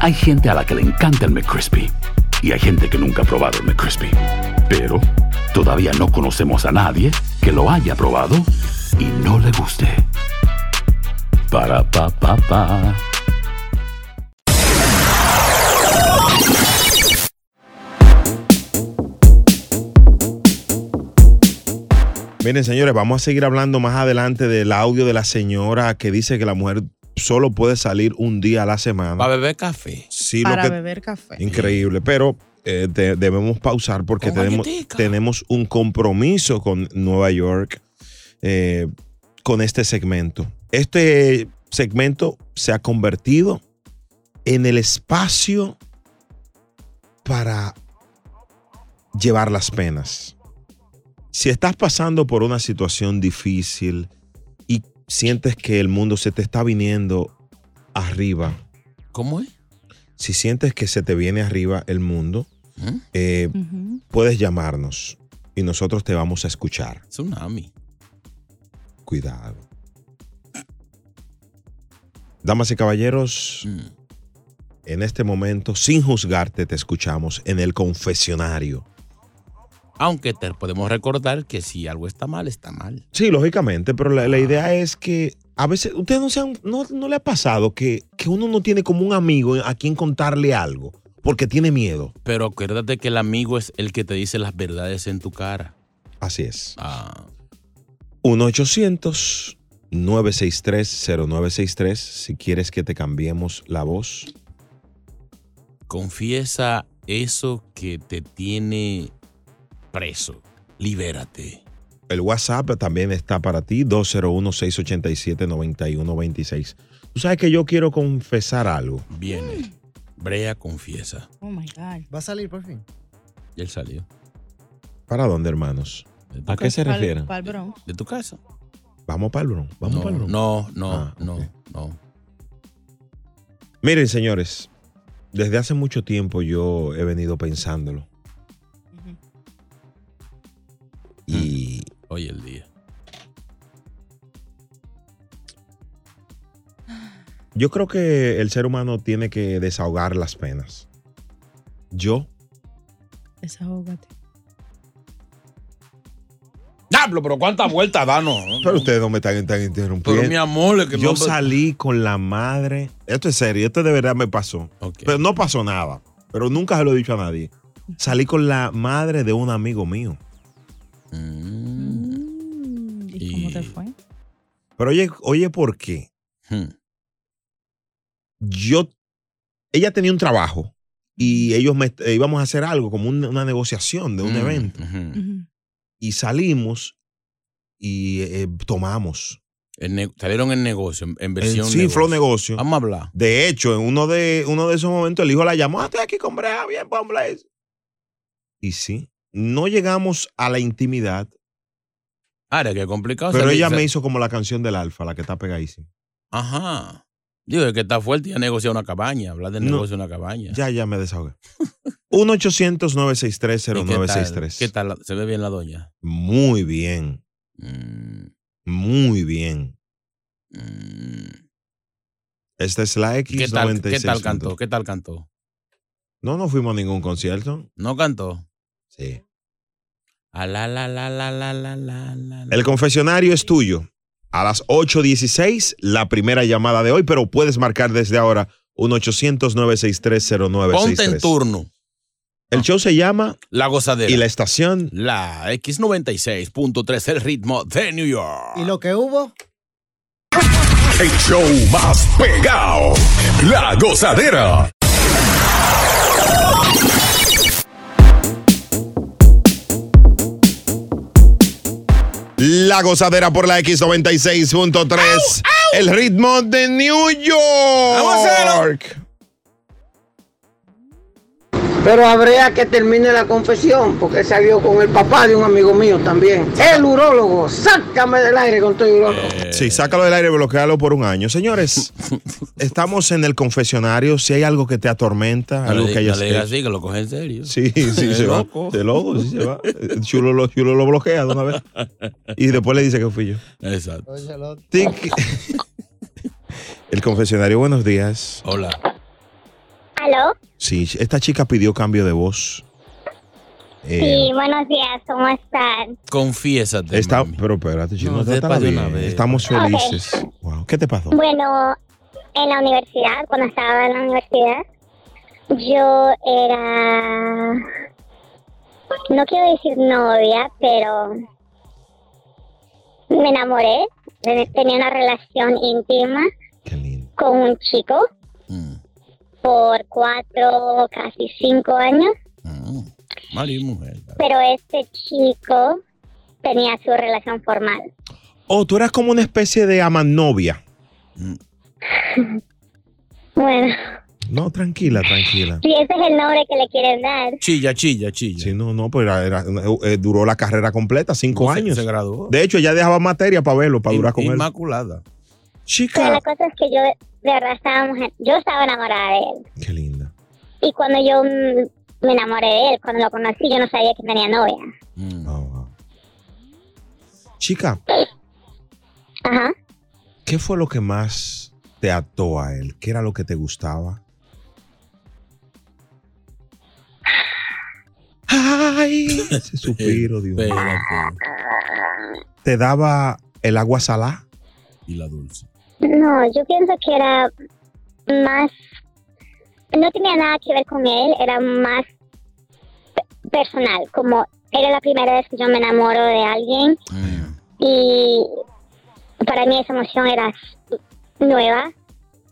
Speaker 14: Hay gente a la que le encanta el McCrispy y hay gente que nunca ha probado el McCrispy. Pero todavía no conocemos a nadie que lo haya probado y no le guste. Para pa pa pa.
Speaker 3: Miren, señores, vamos a seguir hablando más adelante del audio de la señora que dice que la mujer solo puede salir un día a la semana.
Speaker 4: Para beber café.
Speaker 3: Sí, lo
Speaker 7: para
Speaker 3: que-
Speaker 7: beber café.
Speaker 3: Increíble, pero eh, te- debemos pausar porque
Speaker 7: Con
Speaker 3: tenemos,
Speaker 7: galletica.
Speaker 3: tenemos un compromiso con Nueva York, eh, con este segmento. Este segmento se ha convertido en el espacio para llevar las penas. Si estás pasando por una situación difícil y sientes que el mundo se te está viniendo arriba,
Speaker 4: ¿Cómo es?
Speaker 3: si sientes que se te viene arriba el mundo, eh, puedes llamarnos y nosotros te vamos a escuchar.
Speaker 4: Tsunami.
Speaker 3: Cuidado. Damas y caballeros, en este momento, sin juzgarte, te escuchamos en el confesionario.
Speaker 4: Aunque te podemos recordar que si algo está mal, está mal.
Speaker 3: Sí, lógicamente, pero la, la idea es que a veces, ustedes no, se han- no, no le ha pasado que, que uno no tiene como un amigo a quien contarle algo porque tiene miedo.
Speaker 4: Pero acuérdate que el amigo es el que te dice las verdades en tu cara. Ah,
Speaker 3: Así es. 1-800-963-0963. Si quieres que te cambiemos la voz.
Speaker 4: Confiesa eso que te tiene preso. Libérate.
Speaker 3: El WhatsApp también está para ti, 201-687-9126. Tú sabes que yo quiero confesar algo.
Speaker 4: Viene. Brea confiesa.
Speaker 6: Oh my God. Va a salir por fin.
Speaker 4: Y él salió.
Speaker 3: ¿Para dónde, hermanos? ¿A qué se refieren?
Speaker 4: De tu casa.
Speaker 3: Vamos para el Bronx, Vamos
Speaker 4: No,
Speaker 3: para el Bronx.
Speaker 4: no, no, no, no.
Speaker 3: Ah, Miren, señores, desde hace mucho tiempo yo he venido pensándolo. Y.
Speaker 4: Hoy el día.
Speaker 3: Yo creo que el ser humano tiene que desahogar las penas. Yo.
Speaker 7: Desahógate.
Speaker 4: Diablo, pero cuántas vueltas danos.
Speaker 3: Pero ustedes no me están, están interrumpiendo.
Speaker 4: Pero mi amor, es que
Speaker 3: yo
Speaker 4: no-
Speaker 3: salí con la madre. Esto es serio, esto de verdad me pasó. Pero no pasó nada. Pero nunca se lo he dicho a nadie. Salí con la madre de un amigo mío.
Speaker 7: ¿Y cómo te fue?
Speaker 3: Pero oye, oye, ¿por qué?
Speaker 4: Hmm.
Speaker 3: Yo, ella tenía un trabajo
Speaker 4: Hmm.
Speaker 3: y ellos me, eh, íbamos a hacer algo, como un- una negociación
Speaker 4: Mm,
Speaker 3: de un evento. Y salimos y eh, tomamos.
Speaker 4: El ne- salieron en negocio, en- en versión.
Speaker 3: Eh, sí,
Speaker 4: negocio.
Speaker 3: flow negocio.
Speaker 4: Vamos a hablar.
Speaker 3: De hecho, en uno de, uno de esos momentos el hijo la llamó, "Ah, estoy aquí con Brea, bien, vamos a hablar de eso". Y sí, no llegamos a la intimidad,
Speaker 4: Ahora, qué complicado.
Speaker 3: pero
Speaker 4: salir-
Speaker 3: ella
Speaker 4: sal-
Speaker 3: me hizo como la canción del alfa, la que está pegadísima.
Speaker 4: Ajá. Digo, es que está fuerte y ha negociado una cabaña. Hablar del
Speaker 3: No.
Speaker 4: negocio de una cabaña.
Speaker 3: Ya, ya me desahogué. 1-800-963-0963.
Speaker 4: ¿Qué tal? ¿Se ve bien la doña?
Speaker 3: Muy bien.
Speaker 4: Mm.
Speaker 3: Muy bien. Esta es la X96.
Speaker 4: Mm. ¿Qué tal, ¿Qué tal cantó? ¿Qué tal cantó?
Speaker 3: No, no fuimos a ningún concierto.
Speaker 4: ¿No cantó?
Speaker 3: Sí.
Speaker 4: A la la la la la la la la.
Speaker 3: El confesionario es tuyo. A las 8.16, la primera llamada de hoy, pero puedes marcar desde ahora 1-800-963-0963.
Speaker 4: Ponte en turno.
Speaker 3: El show se llama
Speaker 4: La gozadera.
Speaker 3: y la estación
Speaker 4: La X96.3, el ritmo de New York.
Speaker 6: ¿Y lo que hubo?
Speaker 2: El show más pegado. La gozadera.
Speaker 3: La gozadera por la X96.3. El ritmo de New York.
Speaker 8: Pero habría que termine la confesión, porque él salió con el papá de un amigo mío también. El urólogo, sácame del aire con tu urólogo.
Speaker 4: Eh.
Speaker 3: Sí, sácalo del aire, bloquealo por un año. Señores, estamos en el confesionario. Si hay algo que te atormenta,
Speaker 4: No
Speaker 3: algo
Speaker 4: le,
Speaker 3: que
Speaker 4: no
Speaker 3: hayas
Speaker 4: le digas
Speaker 3: hecho.
Speaker 4: así, que lo coge en serio.
Speaker 3: Sí, sí,
Speaker 4: Es
Speaker 3: se va.
Speaker 4: loco.
Speaker 3: De loco, sí se va. El Chulo lo, chulo lo bloquea de una vez. Y después le dice que fui yo.
Speaker 4: Exacto.
Speaker 3: Tic. El confesionario, buenos días.
Speaker 4: Hola.
Speaker 15: ¿Aló?
Speaker 3: Sí, esta chica pidió cambio de voz. Eh,
Speaker 15: Sí, buenos días, ¿cómo están?
Speaker 4: Confiésate.
Speaker 3: Está, pero espérate, chino,
Speaker 4: No,
Speaker 3: trátala
Speaker 4: sepa de
Speaker 3: bien.
Speaker 4: una vez.
Speaker 3: Estamos
Speaker 15: Ok.
Speaker 3: felices. Wow, ¿Qué te pasó?
Speaker 15: Bueno, en la universidad, cuando estaba en la universidad, yo era... No quiero decir novia, pero me enamoré. Ten- Tenía una relación íntima con un chico por cuatro, casi cinco años.
Speaker 4: Marido y mujer.
Speaker 15: Pero este chico tenía su relación formal.
Speaker 3: Oh, tú eras como una especie de amanovia.
Speaker 15: Bueno,
Speaker 3: No, tranquila, tranquila.
Speaker 15: si ese es el nombre que le quieren dar.
Speaker 4: Chilla, chilla, chilla.
Speaker 3: Sí, no, no, pues era- era- eh, duró la carrera completa, cinco años.
Speaker 4: se graduó.
Speaker 3: De hecho, ella dejaba materia para verlo, para durar con él.
Speaker 4: Inmaculada.
Speaker 15: Pero la cosa es que yo de verdad estaba mujer, yo estaba enamorada de él. Qué linda. Y cuando yo mm, me enamoré de él, cuando lo conocí, yo no sabía que tenía novia.
Speaker 3: Chica,
Speaker 15: Ajá.
Speaker 3: ¿qué fue lo que más te ató a él? ¿Qué era lo que te gustaba?
Speaker 15: Ay.
Speaker 3: Ese suspiro, Dios mío. Te daba el agua salada.
Speaker 4: Y la dulce.
Speaker 15: No, yo pienso que era más, no tenía nada que ver con él, era más pe- personal, como era la primera vez que yo me enamoro de alguien y para mí esa emoción era nueva,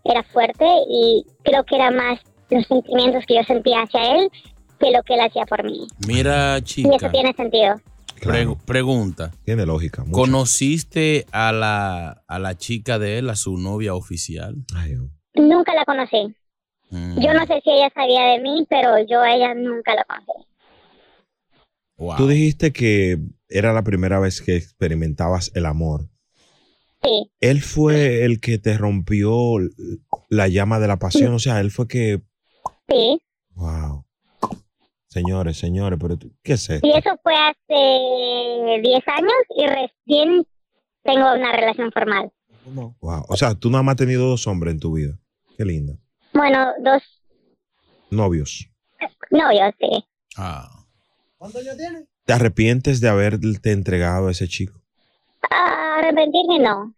Speaker 15: era fuerte y creo que era más los sentimientos que yo sentía hacia él que lo que él hacía por mí.
Speaker 4: Mira,
Speaker 15: Y eso
Speaker 4: chica.
Speaker 15: tiene sentido.
Speaker 4: Pregu- pregunta.
Speaker 3: Tiene lógica.
Speaker 4: ¿Conociste a la, a la chica de él, a su novia oficial?
Speaker 15: Nunca la conocí. Yo no sé si ella sabía de mí, pero yo a ella nunca la conocí.
Speaker 3: Tú dijiste que era la primera vez que experimentabas el amor.
Speaker 15: Sí.
Speaker 3: Él fue el que te rompió l- la llama de la pasión. O sea, él fue que.
Speaker 15: Sí.
Speaker 3: Wow. Señores, señores, pero tú- ¿qué es esto?
Speaker 15: Y eso fue hace 10 años y recién tengo una relación formal.
Speaker 3: Wow. O sea, tú nada más has tenido dos hombres en tu vida. Qué linda.
Speaker 15: Bueno, dos
Speaker 3: Novios.
Speaker 15: novios, sí.
Speaker 3: ¿Te arrepientes de haberte entregado a ese chico?
Speaker 15: Ah, arrepentirme no.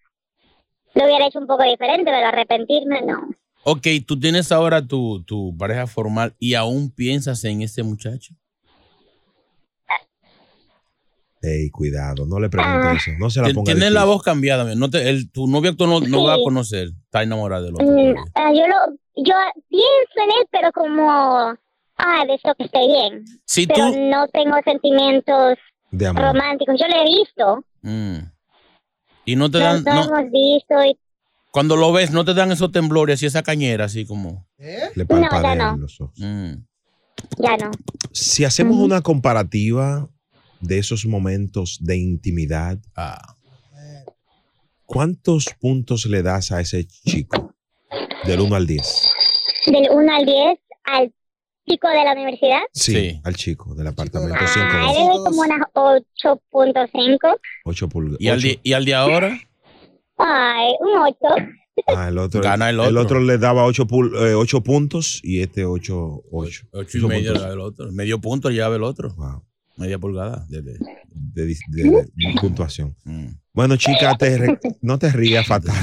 Speaker 15: Lo hubiera hecho un poco diferente, pero arrepentirme no.
Speaker 4: Ok, tú tienes ahora tu, tu pareja formal y aún piensas en este muchacho.
Speaker 3: Ey, cuidado, no le preguntes eso. No se la
Speaker 4: Tien-
Speaker 3: pongas.
Speaker 4: Tienes la voz cambiada, mi- no te- el- tu novia tú no, no
Speaker 15: Sí.
Speaker 4: va a conocer, está enamorada del otro.
Speaker 15: Mm, ah, yo lo, yo pienso en él, pero como, ah, deseo que esté bien.
Speaker 4: Si
Speaker 15: pero
Speaker 4: tú-
Speaker 15: no tengo sentimientos
Speaker 3: De
Speaker 4: amor.
Speaker 15: románticos. Yo lo he visto,
Speaker 4: Mm. Y no te
Speaker 15: nos
Speaker 4: dan, no-
Speaker 15: hemos visto y
Speaker 4: cuando lo ves, no te dan esos temblores y esa cañera así como.
Speaker 15: no, ya no, ya no.
Speaker 3: Si hacemos una comparativa de esos momentos de intimidad,
Speaker 4: Ah.
Speaker 3: ¿cuántos puntos le das a ese chico? Del 1 al 10.
Speaker 15: Del 1 al 10, al chico de la universidad.
Speaker 3: Sí, al chico del apartamento.
Speaker 15: Ah,
Speaker 3: 5,
Speaker 15: él es como unas 8.5.
Speaker 3: 8 pulgadas.
Speaker 4: ¿Y al, de, ¿Y al de ahora?
Speaker 15: Ay, un 8.
Speaker 3: Ah, el otro, el otro. le daba 8 puntos y este 8. 8
Speaker 4: Ocho y medio la del otro. Medio punto ya del otro. Media pulgada. de- de-
Speaker 3: de, dis- de- de- de puntuación.
Speaker 4: Mm.
Speaker 3: Bueno, chica, te re- no te rías fatal.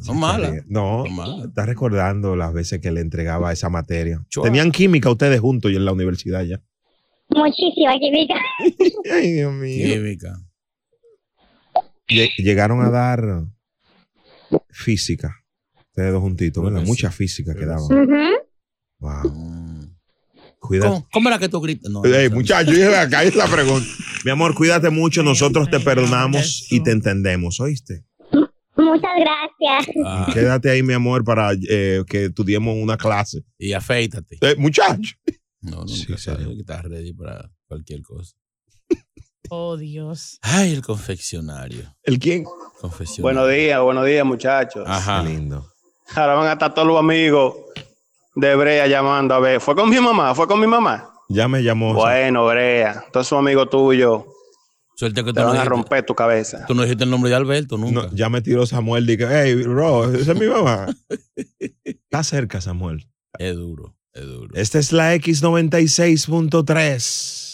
Speaker 4: Son malas.
Speaker 3: No, estás recordando las veces que le entregaba esa materia. Tenían química ustedes juntos y en la universidad ya.
Speaker 15: Muchísima química.
Speaker 3: Ay, Dios mío. Lle- Llegaron a dar física. Ustedes dos juntitos, ¿verdad? Mucha física que daban. Cuídate.
Speaker 4: ¿Cómo, cómo era que tú gritas? No,
Speaker 3: Ey, muchacho, yo dije, acá es la pregunta. Mi amor, cuídate mucho. Nosotros te perdonamos y te entendemos, ¿oíste?
Speaker 15: Muchas gracias.
Speaker 3: Ah, Quédate ahí, mi amor, para eh, que estudiemos una clase.
Speaker 4: Y afeítate.
Speaker 3: Eh, muchacho.
Speaker 4: No, no, nunca sabes que estás ready para cualquier cosa.
Speaker 7: Oh, Dios.
Speaker 4: Ay, el confeccionario.
Speaker 3: ¿El quién?
Speaker 4: Confeccionario.
Speaker 16: Buenos días, buenos días, muchachos.
Speaker 4: Ajá.
Speaker 3: lindo.
Speaker 16: Ahora van a estar todos los amigos de Brea llamando a ver. Fue con mi mamá, fue con mi mamá.
Speaker 3: Ya me llamó.
Speaker 16: Bueno, Brea, entonces un amigo tuyo.
Speaker 4: Suerte que
Speaker 16: te
Speaker 4: no
Speaker 16: van a
Speaker 4: dijiste-
Speaker 16: romper tu cabeza.
Speaker 4: Tú no dijiste el nombre de Alberto nunca.
Speaker 3: No, ya me tiró Samuel. Dije, hey, bro, esa es mi mamá. Está cerca, Samuel.
Speaker 4: Es duro, es duro.
Speaker 3: Esta es la X96.3.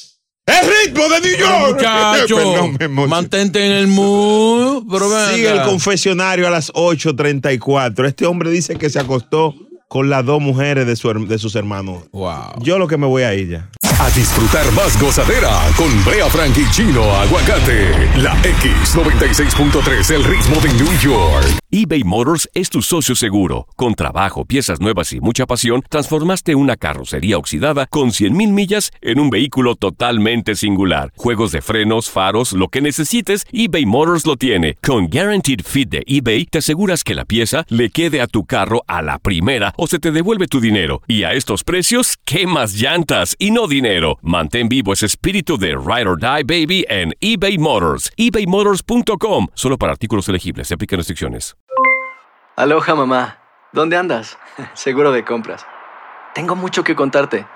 Speaker 3: ¡El ritmo de New York!
Speaker 4: Muchacho,
Speaker 3: Perdón, me emocioné.
Speaker 4: mantente en el mood. Pero ven
Speaker 3: Sigue el
Speaker 4: acá.
Speaker 3: confesionario a las 8.34. Este hombre dice que se acostó con las dos mujeres de, su her- de sus hermanos.
Speaker 4: Wow.
Speaker 3: Yo lo que me voy a ir ya.
Speaker 2: A disfrutar más gozadera con Brea Frank y Chino Aguacate. La X96.3, el ritmo de New York.
Speaker 1: eBay Motors es tu socio seguro. Con trabajo, piezas nuevas y mucha pasión, transformaste una carrocería oxidada con 100.000 millas en un vehículo totalmente singular. Juegos de frenos, faros, lo que necesites, eBay Motors lo tiene. Con Guaranteed Fit de eBay, te aseguras que la pieza le quede a tu carro a la primera o se te devuelve tu dinero. Y a estos precios, ¿qué más llantas y no dinero? Mantén vivo ese espíritu de Ride or Die Baby en eBay Motors. ebaymotors.com. Solo para artículos elegibles. Se aplican restricciones.
Speaker 9: Aloha mamá, ¿dónde andas? Seguro de compras. Tengo mucho que contarte.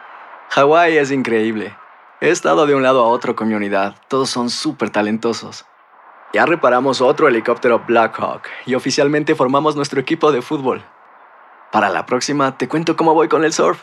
Speaker 9: Hawái es increíble. He estado de un lado a otro con mi unidad. Todos son súper talentosos. Ya reparamos otro helicóptero Blackhawk y oficialmente formamos nuestro equipo de fútbol. Para la próxima te cuento cómo voy con el surf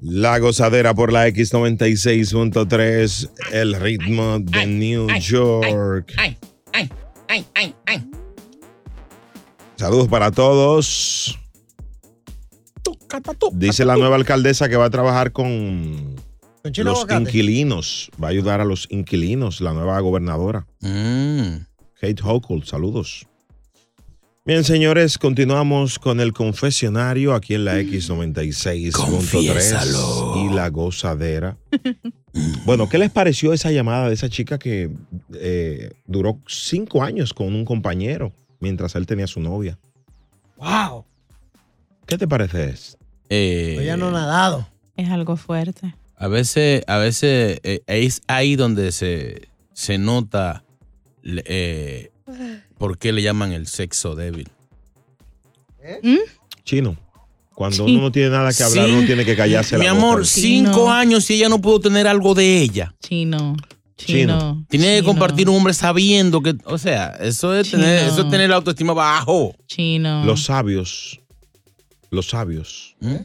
Speaker 3: La gozadera por la X96.3, el ritmo de New York.
Speaker 10: Ay, ay, ay, ay, ay.
Speaker 3: Saludos para todos. Dice la nueva alcaldesa que va a trabajar con
Speaker 6: Con chile
Speaker 3: los
Speaker 6: aguacate.
Speaker 3: inquilinos. Va a ayudar a los inquilinos, la nueva gobernadora. Kate Hochul, saludos. Bien, señores, continuamos con el confesionario aquí en la
Speaker 4: Confiésalo.
Speaker 3: X96.3 y la gozadera. bueno, ¿qué les pareció esa llamada de esa chica que eh, duró cinco años con un compañero mientras él tenía su novia?
Speaker 6: ¡Wow!
Speaker 3: ¿Qué te parece eso?
Speaker 4: Eh,
Speaker 6: Ella no ha nadado.
Speaker 7: Es algo fuerte.
Speaker 4: A veces, a veces eh, es ahí donde se, se nota le- eh, por qué le llaman el sexo débil.
Speaker 6: ¿Eh? ¿Mm?
Speaker 3: Chino. Cuando
Speaker 4: Sí.
Speaker 3: uno no tiene nada que hablar,
Speaker 4: Sí.
Speaker 3: uno tiene que callarse
Speaker 4: Mi
Speaker 3: la
Speaker 4: amor,
Speaker 3: boca.
Speaker 4: cinco años y ella no pudo tener algo de ella.
Speaker 7: Chino.
Speaker 4: Chino. Tiene que compartir un hombre sabiendo que, o sea, eso es, tener, eso es tener la autoestima bajo.
Speaker 7: Chino.
Speaker 3: Los sabios, los sabios
Speaker 4: ¿Eh?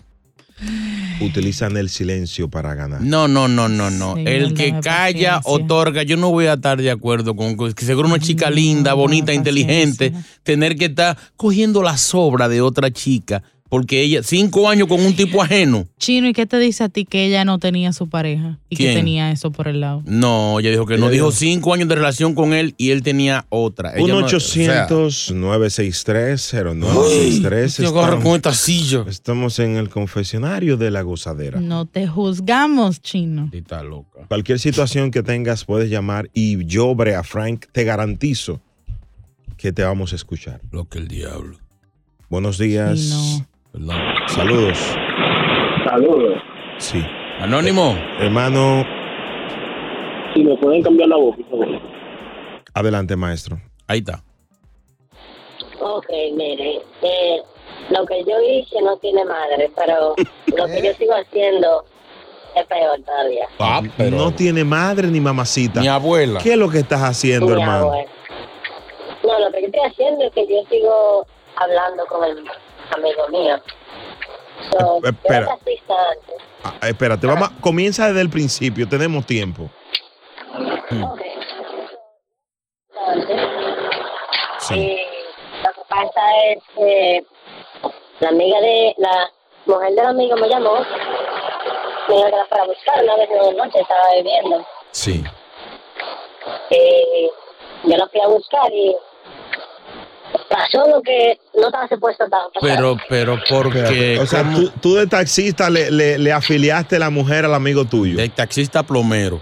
Speaker 3: utilizan el silencio para ganar.
Speaker 4: No, no, no, no, no.
Speaker 3: Señor,
Speaker 4: El que
Speaker 3: dame
Speaker 4: calla
Speaker 3: paciencia.
Speaker 4: otorga. Yo no voy a estar de acuerdo con que seguro una chica linda, bonita, inteligente, tener que estar cogiendo la sobra de otra chica porque ella cinco años con un tipo ajeno.
Speaker 7: Chino, ¿y qué te dice a ti que ella no tenía su pareja y
Speaker 4: ¿Quién?
Speaker 7: que tenía eso por el lado?
Speaker 4: No, ella dijo que no. Dijo cinco años de relación con él y él tenía otra. Ella Eh, no- o sea, Uy, te
Speaker 3: 1-800-963-0963.
Speaker 4: agarro
Speaker 3: Estamos-
Speaker 4: con esta silla.
Speaker 3: Estamos en el confesionario de la gozadera.
Speaker 7: No te juzgamos, chino.
Speaker 3: Cualquier situación que tengas puedes llamar y yo, Brea Frank, te garantizo que te vamos a escuchar.
Speaker 4: Lo que el diablo.
Speaker 3: Buenos días.
Speaker 4: Sí,
Speaker 3: Saludos.
Speaker 17: Saludos.
Speaker 3: Sí. Eh,
Speaker 4: Anónimo.
Speaker 3: hermano,
Speaker 17: Si me pueden cambiar la voz, por favor.
Speaker 3: adelante, maestro.
Speaker 4: Ahí está.
Speaker 18: Ok, mire, eh, lo que yo hice no tiene madre, pero lo que
Speaker 3: ¿Eh?
Speaker 18: yo sigo haciendo es peor todavía.
Speaker 3: Ah, No tiene madre ni mamacita. Ni
Speaker 4: Ah, abuela.
Speaker 3: ¿Qué es lo que estás haciendo,
Speaker 18: Mi
Speaker 3: hermano?
Speaker 18: abuela. No, lo que yo estoy haciendo es que yo sigo hablando con el amigo mío. So,
Speaker 3: Eh, espera.
Speaker 18: Yo era casista antes.
Speaker 3: Ah, espérate, vamos a- comienza desde el principio, tenemos tiempo.
Speaker 4: Hmm.
Speaker 18: Y Eh, lo que pasa es que la amiga de la mujer del amigo me llamó, me dijo que la fuera a buscar una vez en la noche, estaba bebiendo.
Speaker 4: Sí.
Speaker 18: Y yo la fui a buscar y pasó lo que no estaba supuesto estaba
Speaker 3: Pues-
Speaker 4: Pero, pero, porque.
Speaker 3: o sea, tú, tú de taxista le, le- le afiliaste la mujer al amigo tuyo. De
Speaker 4: taxista plomero.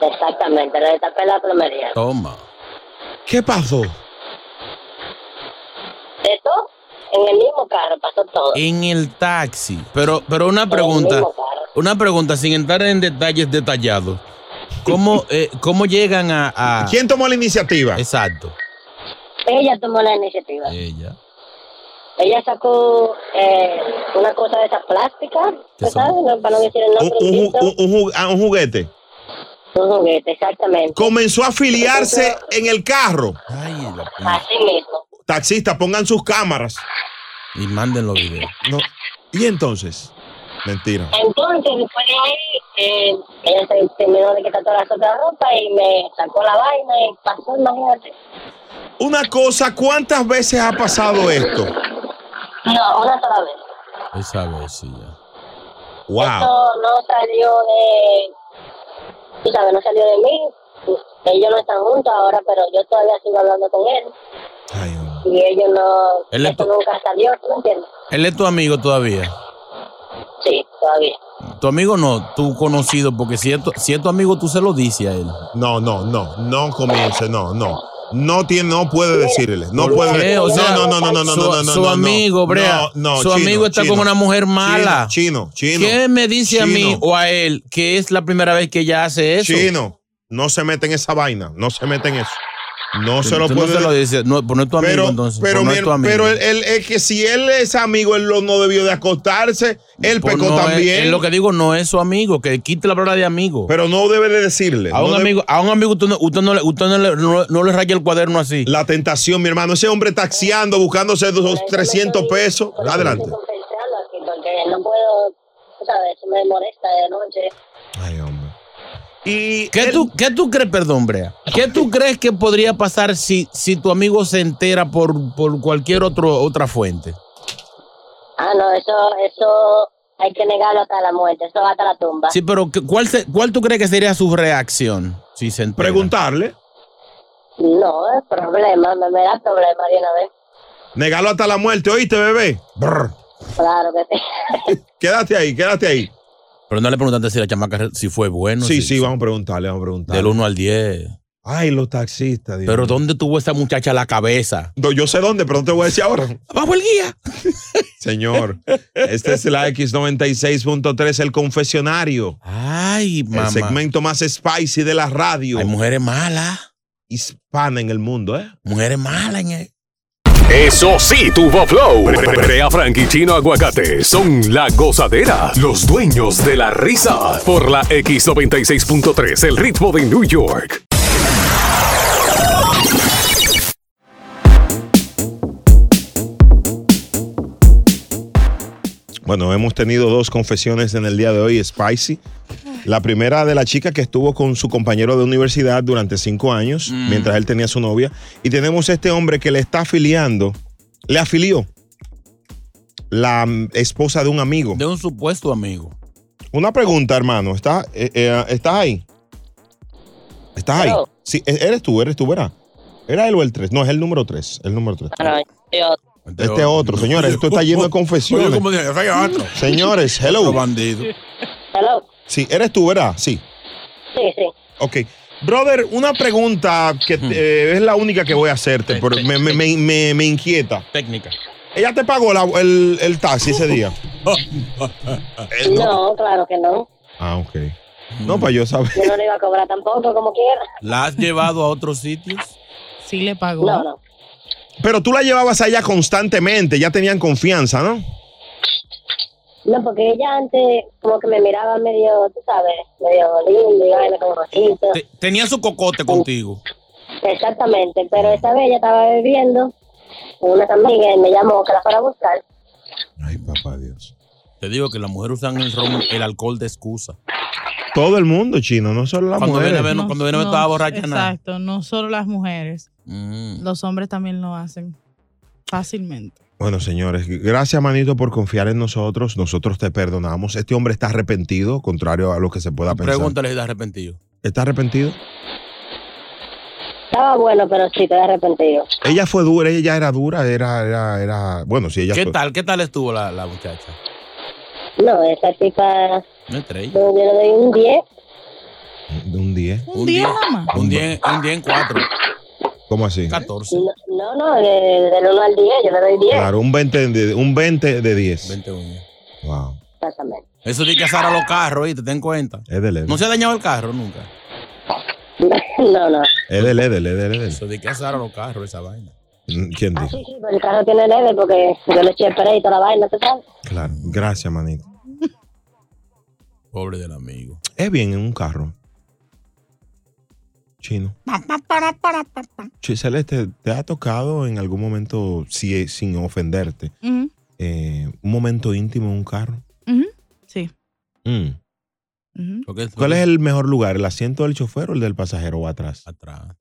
Speaker 18: Exactamente, le destapé la plomería.
Speaker 4: Toma.
Speaker 3: ¿Qué pasó?
Speaker 18: De todo, en el mismo carro pasó todo.
Speaker 4: En el taxi. Pero, pero una pregunta. Una pregunta, sin entrar en detalles detallados. ¿Cómo, eh, cómo llegan a,
Speaker 3: ¿Quién tomó la iniciativa?
Speaker 4: Exacto.
Speaker 18: Ella tomó la iniciativa.
Speaker 4: Ella.
Speaker 18: Ella sacó eh, una cosa de esas plásticas, ¿tú ¿sabes? No, para no decir el
Speaker 3: Un,
Speaker 18: nombre.
Speaker 3: un ju-
Speaker 18: insisto.
Speaker 3: un- un ju- ah, un juguete.
Speaker 18: Un juguete, exactamente.
Speaker 3: Comenzó a afiliarse en el carro.
Speaker 18: Así mismo.
Speaker 3: Taxistas, pongan sus cámaras.
Speaker 4: Y manden los videos.
Speaker 3: Y entonces, mentira.
Speaker 18: Entonces, después de ahí, eh, ella se terminó de quitar toda la otra ropa y me sacó la vaina y pasó, imagínate.
Speaker 3: Una cosa, ¿cuántas veces ha pasado esto?
Speaker 18: No, una sola vez.
Speaker 4: Esa vez sí ya.
Speaker 3: Wow.
Speaker 18: Eso no salió de, tú sabes, no salió de mí. Ellos no están juntos ahora, pero yo todavía sigo hablando con él. y ellos no,
Speaker 4: Él es
Speaker 18: eso
Speaker 4: tu-
Speaker 18: nunca salió, ¿tú me entiendes?
Speaker 4: Él es tu amigo todavía.
Speaker 18: Sí, todavía.
Speaker 4: Tu amigo no, tu conocido, porque si es tu, si es tu amigo, tú se lo dices a él.
Speaker 3: No, no, no, no comience, no, no. No tiene, no puede decirle, no
Speaker 4: ¿Por
Speaker 3: puede.
Speaker 4: qué? O
Speaker 3: no,
Speaker 4: sea,
Speaker 3: no, no, no, no, no,
Speaker 4: su-
Speaker 3: no, no,
Speaker 4: su
Speaker 3: no, no.
Speaker 4: amigo, Brea, su amigo está con una mujer mala.
Speaker 3: Chino, chino.
Speaker 4: ¿Qué me dice a mí
Speaker 3: Chino.
Speaker 4: o a él que es la primera vez que ella hace eso?
Speaker 3: Chino, no se mete en esa vaina, no se mete en eso. No se lo
Speaker 4: Tú
Speaker 3: puede
Speaker 4: No se lo dice, no, pues no es tu amigo
Speaker 3: Pero,
Speaker 4: entonces.
Speaker 3: pero,
Speaker 4: pues no
Speaker 3: mi
Speaker 4: es tu
Speaker 3: her-
Speaker 4: amigo.
Speaker 3: pero él, él- es que si él es amigo, él lo- no debió de acostarse, él
Speaker 4: Pues
Speaker 3: pecó
Speaker 4: no es-
Speaker 3: también.
Speaker 4: es lo que digo no es su amigo, que quite la palabra de amigo.
Speaker 3: Pero no debe de decirle.
Speaker 4: A un
Speaker 3: no debe-
Speaker 4: amigo, a un amigo usted no, usted no le, usted no le, no- no le raya el cuaderno así.
Speaker 3: La tentación, mi hermano. Ese hombre taxiando, buscándose dos, 300 pesos. Adelante.
Speaker 18: Pensando aquí, porque no puedo, tú sabes, eso me molesta de noche.
Speaker 3: Y
Speaker 4: ¿Qué, tú, ¿Qué tú crees, perdón, Brea? ¿Qué tú crees que podría pasar si, si tu amigo se entera por, por cualquier otro, otra fuente?
Speaker 18: Ah, no, eso, eso hay que negarlo hasta la muerte, eso va hasta la tumba.
Speaker 4: Sí, pero ¿qué- ¿cuál, se- ¿cuál tú crees que sería su reacción si se entera?
Speaker 3: Preguntarle.
Speaker 18: No, es problema, me, me da problema de una vez.
Speaker 3: Negalo hasta la muerte, ¿oíste, bebé? Brr.
Speaker 18: Claro que sí.
Speaker 3: Quédate ahí, quédate ahí.
Speaker 4: Pero no le preguntaste si la chamaca re- si fue bueno.
Speaker 3: Sí, sí, vamos a preguntarle, vamos a preguntarle.
Speaker 4: Del 1 al 10.
Speaker 3: Ay, los taxistas, Dios
Speaker 4: Pero
Speaker 3: mío.
Speaker 4: ¿dónde tuvo esa muchacha la cabeza?
Speaker 3: No, Yo sé dónde, pero no te voy a decir ahora.
Speaker 4: Bajo el guía.
Speaker 3: Señor, esta Este es la X96.3, el confesionario.
Speaker 4: Ay, Ah, mamá.
Speaker 3: El segmento más spicy de la radio. Hay
Speaker 4: mujeres malas.
Speaker 3: Hispana en el mundo, ¿eh?
Speaker 4: Mujeres malas en el...
Speaker 2: Eso sí, tuvo flow. Brea Frank y Chino Aguacate son la gozadera, los dueños de la risa. Por la X96.3, el ritmo de New York.
Speaker 3: Bueno, hemos tenido dos confesiones en el día de hoy, Spicy. La primera de la chica que estuvo con su compañero de universidad durante cinco años,
Speaker 4: Mm.
Speaker 3: mientras él tenía su novia. Y tenemos este hombre que le está afiliando, le afilió la mm, esposa de un amigo.
Speaker 4: De un supuesto amigo.
Speaker 3: Una pregunta, hermano. ¿Estás eh, eh, ¿estás ahí? ¿Estás ahí?
Speaker 18: Hello.
Speaker 3: Sí, e- eres tú, eres tú, ¿verdad? ¿Era él o el 3? No, es el número 3. El número 3.
Speaker 18: Bueno, yo,
Speaker 3: Este otro, señores, esto está lleno de confesiones. Señores, hello.
Speaker 18: hello,
Speaker 3: Sí, eres tú, ¿verdad? Sí.
Speaker 18: sí, sí.
Speaker 3: Ok. Brother, una pregunta que
Speaker 4: Hmm.
Speaker 3: eh, es la única que voy a hacerte, pero me, me- me- me- me inquieta.
Speaker 4: Técnica.
Speaker 3: ¿Ella te pagó la- el, el taxi ese día? Eh,
Speaker 18: No, claro que no.
Speaker 3: Ah, ok. No, para yo saber.
Speaker 18: Yo no le iba a cobrar tampoco, como quiera.
Speaker 4: ¿La has llevado a otros sitios?
Speaker 7: Sí le pagó.
Speaker 18: No, no.
Speaker 3: Pero tú la llevabas allá constantemente, ya tenían confianza, ¿no?
Speaker 18: No, porque ella antes como que me miraba medio, tú sabes, medio lindo y vaina como rojito.
Speaker 4: Te- tenía su cocote contigo.
Speaker 18: Exactamente, pero esta vez ella estaba bebiendo con unas amigas y me llamó que la fuera a buscar.
Speaker 4: Te digo que las mujeres usan el, ron- el alcohol de excusa.
Speaker 3: Todo el mundo chino, no solo las
Speaker 4: Cuando viene
Speaker 3: mujeres.
Speaker 4: a ver, no- cuando viene a ver, estaba borracha nada. Mm.
Speaker 7: Exacto, no solo las mujeres. Los hombres también lo hacen fácilmente.
Speaker 3: Bueno, señores, gracias, manito, por confiar en nosotros. Nosotros te perdonamos. Este hombre está arrepentido, contrario a lo que se pueda pensar.
Speaker 4: Pregúntale si está arrepentido.
Speaker 3: ¿Está arrepentido?
Speaker 18: Estaba bueno, pero sí, te arrepentido.
Speaker 3: Ella fue dura, ella era dura, era, era, era. Bueno, sí, ella
Speaker 4: ¿Qué
Speaker 3: fue-
Speaker 4: tal? ¿Qué tal estuvo la, la muchacha?
Speaker 18: No, esa tipa,
Speaker 4: Una estrella.
Speaker 18: yo le doy un 10.
Speaker 3: De un 10.
Speaker 4: Un 10, un 10, un 10 en 4.
Speaker 3: ¿Cómo así?
Speaker 4: 14.
Speaker 18: No, no, no, de- del 1 al 10, yo le doy 10.
Speaker 3: Claro, un 20 de, un 20 de 10.
Speaker 4: 21.
Speaker 3: Wow.
Speaker 18: Exactamente.
Speaker 4: Eso de que Sara los carros, ¿oíste? Ten cuenta.
Speaker 3: Es de leve.
Speaker 4: No se ha dañado el carro nunca.
Speaker 18: No, no.
Speaker 3: Es de leve, es de leve.
Speaker 4: Eso de que Sara los carros, esa vaina.
Speaker 3: ¿Quién
Speaker 18: Ah,
Speaker 3: dijo?
Speaker 18: sí, sí, pero el carro tiene leve porque yo le eché spray y toda la vaina, ¿tú sabes?
Speaker 3: Claro. Gracias, manito.
Speaker 4: Pobre del amigo.
Speaker 3: Es bien en un carro. Chino. Che, Celeste, ¿te ha tocado en algún momento, si, sin ofenderte,
Speaker 7: Ujú,
Speaker 3: eh, un momento íntimo en un carro?
Speaker 7: ujú, Sí.
Speaker 3: Mm.
Speaker 7: ujú.
Speaker 3: ¿Cuál es el mejor lugar? ¿El asiento del chofer o el del pasajero o atrás?
Speaker 4: Atrás.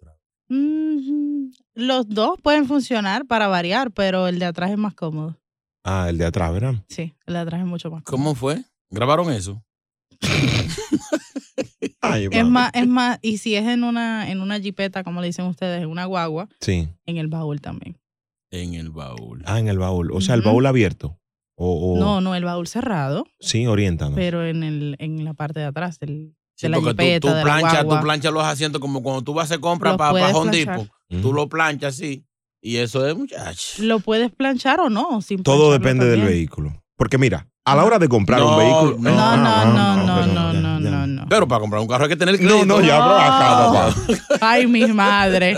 Speaker 7: Mm, Los dos pueden funcionar para variar, pero el de atrás es más cómodo.
Speaker 3: Ah, el de atrás, ¿verdad?
Speaker 7: Sí, el de atrás es mucho más cómodo.
Speaker 4: ¿Cómo fue? ¿Grabaron eso?
Speaker 7: Es más, es más, y si es en una, en una jipeta, como le dicen ustedes, en una guagua,
Speaker 5: Sí.
Speaker 7: en el baúl también.
Speaker 4: En el baúl.
Speaker 5: Ah, en el baúl. O sea, el baúl abierto.
Speaker 3: Oh.
Speaker 5: O, o-
Speaker 7: No, no, el baúl cerrado,
Speaker 5: Sí,
Speaker 3: Ah,
Speaker 5: oriéntanos.
Speaker 7: pero en el, en la parte de atrás del,
Speaker 4: Sí,
Speaker 7: de la
Speaker 4: porque tú-
Speaker 7: jipeta,
Speaker 4: tú,
Speaker 7: de la
Speaker 4: planchas, tú
Speaker 7: guagua.
Speaker 4: planchas los asientos como cuando tú vas a hacer compras
Speaker 7: Los
Speaker 4: para
Speaker 7: puedes
Speaker 4: Home
Speaker 7: planchar.
Speaker 4: Depot. Tú lo planchas así. Y eso es, muchacho.
Speaker 7: Lo puedes planchar o no, sin
Speaker 5: Todo
Speaker 7: plancharlo
Speaker 5: depende del
Speaker 7: también.
Speaker 5: vehículo. Porque mira, a la hora de comprar un vehículo.
Speaker 4: No,
Speaker 5: Ah, ah,
Speaker 7: No, no,
Speaker 5: pero-
Speaker 7: no, no, no, no.
Speaker 4: Pero para comprar un carro hay que tener
Speaker 5: No,
Speaker 4: crédito.
Speaker 5: no, ya, pero acá,
Speaker 7: Oh. Ay, mi madre.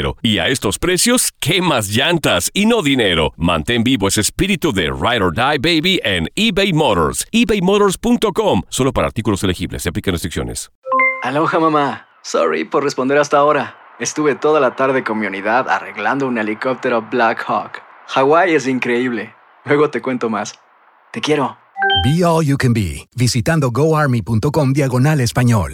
Speaker 1: Y a estos precios, ¿qué más llantas y no dinero? Mantén vivo ese espíritu de Ride or Die Baby en eBay Motors. ebaymotors.com. Solo para artículos elegibles. Se aplican restricciones.
Speaker 9: Aloha mamá. Sorry por responder hasta ahora. Estuve toda la tarde con mi unidad arreglando un helicóptero Black Hawk. Hawái es increíble. Luego te cuento más. Te quiero.
Speaker 19: Be All You Can Be, visitando goarmy.com diagonal español.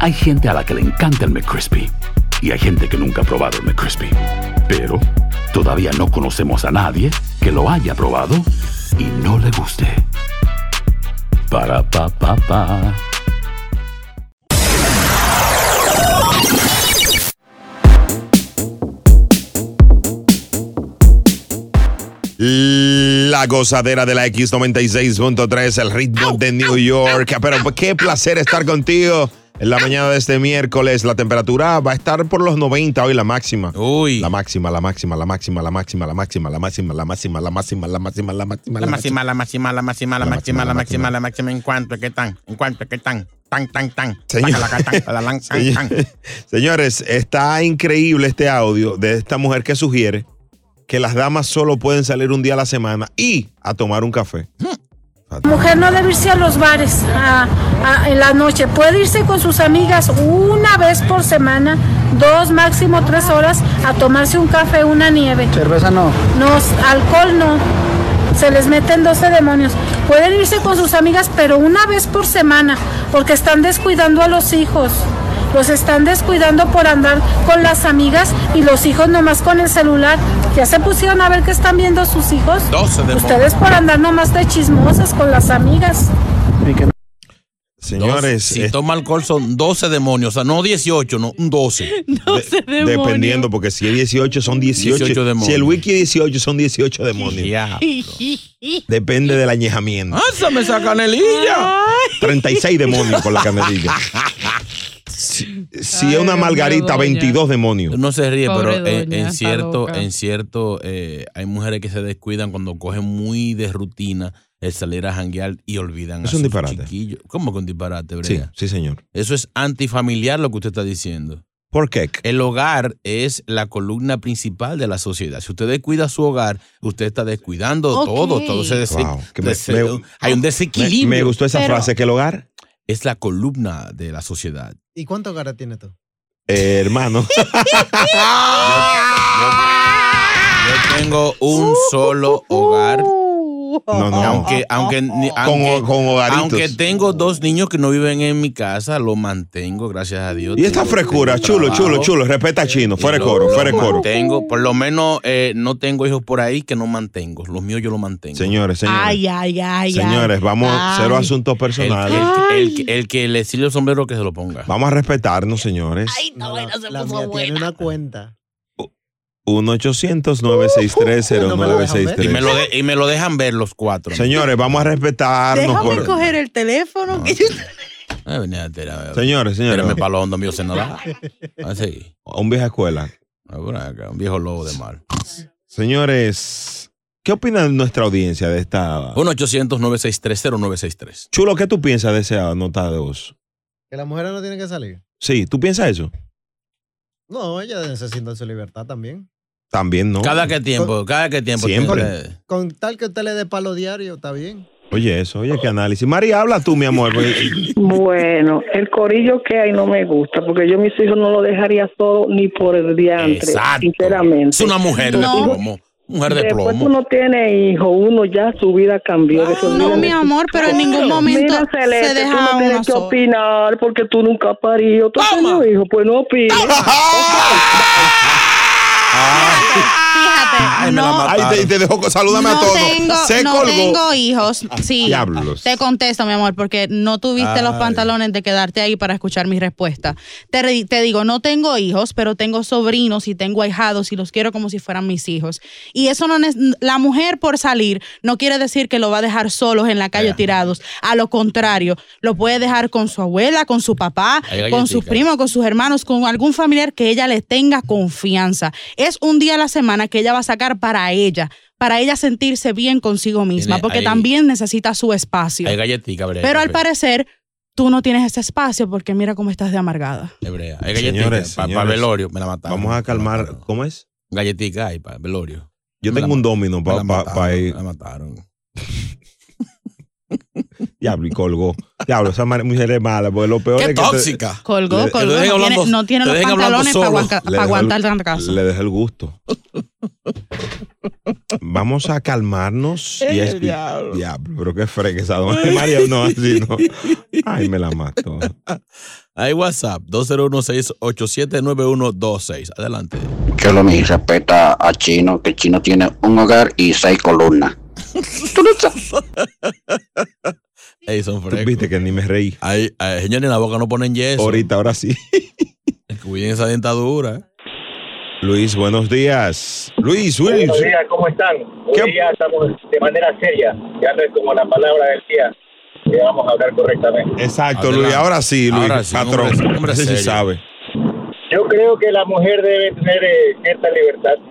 Speaker 14: Hay gente a la que le encanta el McCrispy y hay gente que nunca ha probado el McCrispy. Pero todavía no conocemos a nadie que lo haya probado y no le guste. Para pa pa pa.
Speaker 3: La gozadera de la X96.3, el ritmo de New York. Pero qué placer estar contigo. En la mañana de este miércoles la temperatura va a estar por los 90 hoy la máxima. Uy. La máxima, la máxima, la máxima, la máxima, la máxima, la máxima, la máxima, la máxima, la máxima, la máxima,
Speaker 4: La máxima, la máxima, la máxima, la máxima, la máxima, la máxima. ¿En cuanto ¿Qué tan? ¿En cuanto ¿Qué tan? Tan, tan, tan.
Speaker 3: Señor.
Speaker 4: Tacalaca, tan, talalán, tan, tan.
Speaker 3: Señor- Señores, está increíble este audio de esta mujer que sugiere que las damas solo pueden salir un día a la semana y a tomar un café.
Speaker 11: Mujer no debe irse a los bares a- a- en la noche. Puede irse con sus amigas una vez por semana, dos, máximo tres horas, a tomarse un café, una nieve. Cerveza no. No, alcohol no. Se les meten 12 demonios. Pueden irse con sus amigas, pero una vez por semana, porque están descuidando a los hijos. Los están descuidando por andar con las amigas y los hijos nomás con el celular. Ya se pusieron a ver qué están viendo sus hijos.
Speaker 4: 12 demonios.
Speaker 11: Ustedes por andar nomás de chismosas con las amigas.
Speaker 3: Señores. eh.
Speaker 4: si toma alcohol son 12 demonios. O sea, no 18, no, un 12.
Speaker 3: Dependiendo, porque si es 18 son 18.
Speaker 4: 18 demonios.
Speaker 3: Si el wiki es 18 son 18 demonios. Depende del añejamiento.
Speaker 4: ¡Asa, Ah, me sacan el hilla!
Speaker 3: 36 demonios con la canelilla. Si, si es una margarita, 22 demonios.
Speaker 4: No se ríe,
Speaker 3: Pobre
Speaker 4: pero en,
Speaker 3: doña,
Speaker 4: en
Speaker 3: está
Speaker 4: cierto,
Speaker 3: loca.
Speaker 4: en cierto, eh, hay mujeres que se descuidan cuando cogen muy de rutina el salir a janguear y olvidan
Speaker 3: Es
Speaker 4: a sus
Speaker 3: un disparate.
Speaker 4: chiquillos. ¿Cómo que un disparate,
Speaker 3: Sí,
Speaker 4: Brea?
Speaker 3: sí, señor.
Speaker 4: Eso es antifamiliar lo que usted está diciendo.
Speaker 3: ¿Por qué?
Speaker 4: El hogar es la columna principal de la sociedad. Si usted descuida su hogar, usted está descuidando
Speaker 3: Ok.
Speaker 4: todo. Todo se des-
Speaker 3: Wow, que me-
Speaker 4: des-
Speaker 3: me-
Speaker 4: Hay un desequilibrio.
Speaker 3: me- me gustó esa Pero- frase, que el hogar
Speaker 4: es la columna de la sociedad.
Speaker 6: ¿Y cuánto cara tiene tú?
Speaker 3: Eh, hermano.
Speaker 4: Yo tengo un solo hogar.
Speaker 3: no.
Speaker 4: Aunque, aunque, ni- aunque, aunque tengo dos niños que no viven en mi casa, lo mantengo, gracias a Dios.
Speaker 3: Y esta
Speaker 4: Tengo-
Speaker 3: frescura,
Speaker 4: tengo
Speaker 3: chulo,
Speaker 4: trabajo.
Speaker 3: chulo, chulo. Respeta a chino. Fuera de
Speaker 4: Lo-
Speaker 3: coro,
Speaker 4: lo
Speaker 3: fuera de coro.
Speaker 4: mantengo, por lo menos eh, no tengo hijos por ahí que no mantengo. Los míos yo los mantengo.
Speaker 3: Señores, señores.
Speaker 7: Ay, ay, ay.
Speaker 3: Señores, vamos a cero asuntos personales.
Speaker 4: El, el- el que le sirve el sombrero que se lo ponga.
Speaker 3: Vamos a respetarnos, señores.
Speaker 6: No, la, la mía tiene una cuenta.
Speaker 3: 1-800-963-0963.
Speaker 4: Y me, lo de- y me lo dejan ver los cuatro.
Speaker 3: Señores, vamos a respetarnos.
Speaker 7: Déjame
Speaker 3: por-
Speaker 7: coger el teléfono. que yo-
Speaker 4: Ay, venía, tira, eh.
Speaker 3: Señores, señores.
Speaker 4: Tírame pa' lo hondo mío, se nos Ah, da. Así.
Speaker 3: Un vieja escuela.
Speaker 4: Ah, por acá, Un viejo lobo de mar.
Speaker 3: Señores, ¿qué opina nuestra audiencia de esta?
Speaker 4: 1-800-963-0963.
Speaker 3: Chulo, ¿qué tú piensas de esa nota de voz?
Speaker 6: Que las mujeres no tienen que salir.
Speaker 3: Sí, ¿tú piensas eso?
Speaker 6: No, ellas necesitan su libertad también.
Speaker 3: También no.
Speaker 4: Cada que tiempo, cada que tiempo.
Speaker 3: Siempre.
Speaker 4: tiene-
Speaker 6: Con tal que usted le dé palo diario, está bien.
Speaker 3: Oye, eso, oye, qué análisis. María, habla tú, mi amor.
Speaker 20: Bueno, el corillo que hay no me gusta, porque yo mis hijos no lo dejaría solo ni por el diantre,
Speaker 4: Exacto.
Speaker 20: sinceramente.
Speaker 4: Es una mujer de
Speaker 20: No.
Speaker 4: plomo. Mujer de
Speaker 20: Después
Speaker 4: plomo.
Speaker 20: que uno tiene hijo, uno ya su vida cambió. que se
Speaker 7: Ah, No,
Speaker 20: olviden
Speaker 7: mi
Speaker 20: de-
Speaker 7: amor, pero en ningún momento
Speaker 20: Mira, Celeste,
Speaker 7: se
Speaker 20: tú
Speaker 7: deja
Speaker 20: no
Speaker 7: uno
Speaker 20: tienes que
Speaker 7: solo.
Speaker 20: opinar porque tú nunca has parido. Tú has tenido hijos, pues no opines.
Speaker 3: Ah.
Speaker 7: Fíjate, Ah, no,
Speaker 3: Ahí te, te dejo, salúdame a
Speaker 7: no
Speaker 3: todos.
Speaker 7: tengo,
Speaker 3: Se
Speaker 7: no
Speaker 3: colgó. Ah,
Speaker 7: tengo hijos. Sí.
Speaker 3: Diablos.
Speaker 7: Te contesto, mi amor, porque no tuviste los
Speaker 3: Ay.
Speaker 7: pantalones de quedarte ahí para escuchar mi respuesta. Te, re- te digo, no tengo hijos, pero tengo sobrinos y tengo ahijados y los quiero como si fueran mis hijos. Y eso no es la mujer por salir no quiere decir que lo va a dejar solos en la calle tirados. A lo contrario, lo puede dejar con su abuela, con su papá,
Speaker 21: Hay
Speaker 7: con sus
Speaker 21: galletitas.
Speaker 7: primos primo, con sus hermanos, con algún familiar que ella le tenga confianza. Es un día a la semana que ella va a sacar para ella, para ella sentirse bien consigo misma,
Speaker 4: Tiene
Speaker 7: porque
Speaker 4: ahí-
Speaker 7: también necesita su espacio.
Speaker 4: Hay galletica, Brea.
Speaker 7: Pero al parecer, tú no tienes ese espacio porque mira cómo estás de amargada.
Speaker 4: Brea. Hay galletica.
Speaker 3: Señores,
Speaker 4: Para
Speaker 3: señores.
Speaker 4: velorio me la mataron.
Speaker 3: Vamos a calmar. ¿Cómo es?
Speaker 4: Galletica hay para velorio.
Speaker 3: Yo
Speaker 4: Me
Speaker 3: tengo
Speaker 4: la-
Speaker 3: un domino
Speaker 4: me
Speaker 3: para
Speaker 4: la
Speaker 3: pa,
Speaker 4: mataron,
Speaker 3: pa ir.
Speaker 4: me la mataron.
Speaker 3: Diablo, y colgó. Diablo, esa ma- mujer es mala, porque lo peor
Speaker 4: ¡Qué
Speaker 3: es que.
Speaker 4: tóxica!
Speaker 7: Colgó,
Speaker 3: Le- te
Speaker 7: colgó. No
Speaker 3: dejan
Speaker 7: tiene,
Speaker 3: hablando-
Speaker 7: no tiene
Speaker 3: te
Speaker 7: los
Speaker 3: dejan hablando
Speaker 7: pantalones para
Speaker 3: solo. Le
Speaker 7: aguantar,
Speaker 3: dejan-
Speaker 7: tanto caso.
Speaker 3: Le dejé el gusto. Vamos a calmarnos y
Speaker 4: El
Speaker 3: expli-
Speaker 4: diablo.
Speaker 3: Diablo, pero qué freguesa. don María, no, así no. Ay, me la mató.
Speaker 4: Hay WhatsApp 201-687-9126. Adelante.
Speaker 22: Yo lo mi respeta a Chino, que Chino tiene un hogar y seis columnas.
Speaker 4: Ey, son frescos.
Speaker 3: Viste que ni me reí.
Speaker 4: Ay, ay, señores, en la boca no ponen yeso.
Speaker 3: Ahorita, ahora sí.
Speaker 4: Cuiden esa dentadura. eh.
Speaker 3: Luis, buenos días. Luis, Luis.
Speaker 23: Buenos días, ¿cómo están? Hoy día estamos de manera seria, ya no es como la palabra del día, que vamos a hablar correctamente.
Speaker 3: Exacto, Luis. Ahora sí, Luis,
Speaker 23: Ahora sí,
Speaker 3: patrón.
Speaker 23: hombre- hombre
Speaker 3: Ese sí
Speaker 23: serio.
Speaker 3: sabe.
Speaker 23: Yo creo que la mujer debe tener eh, cierta libertad,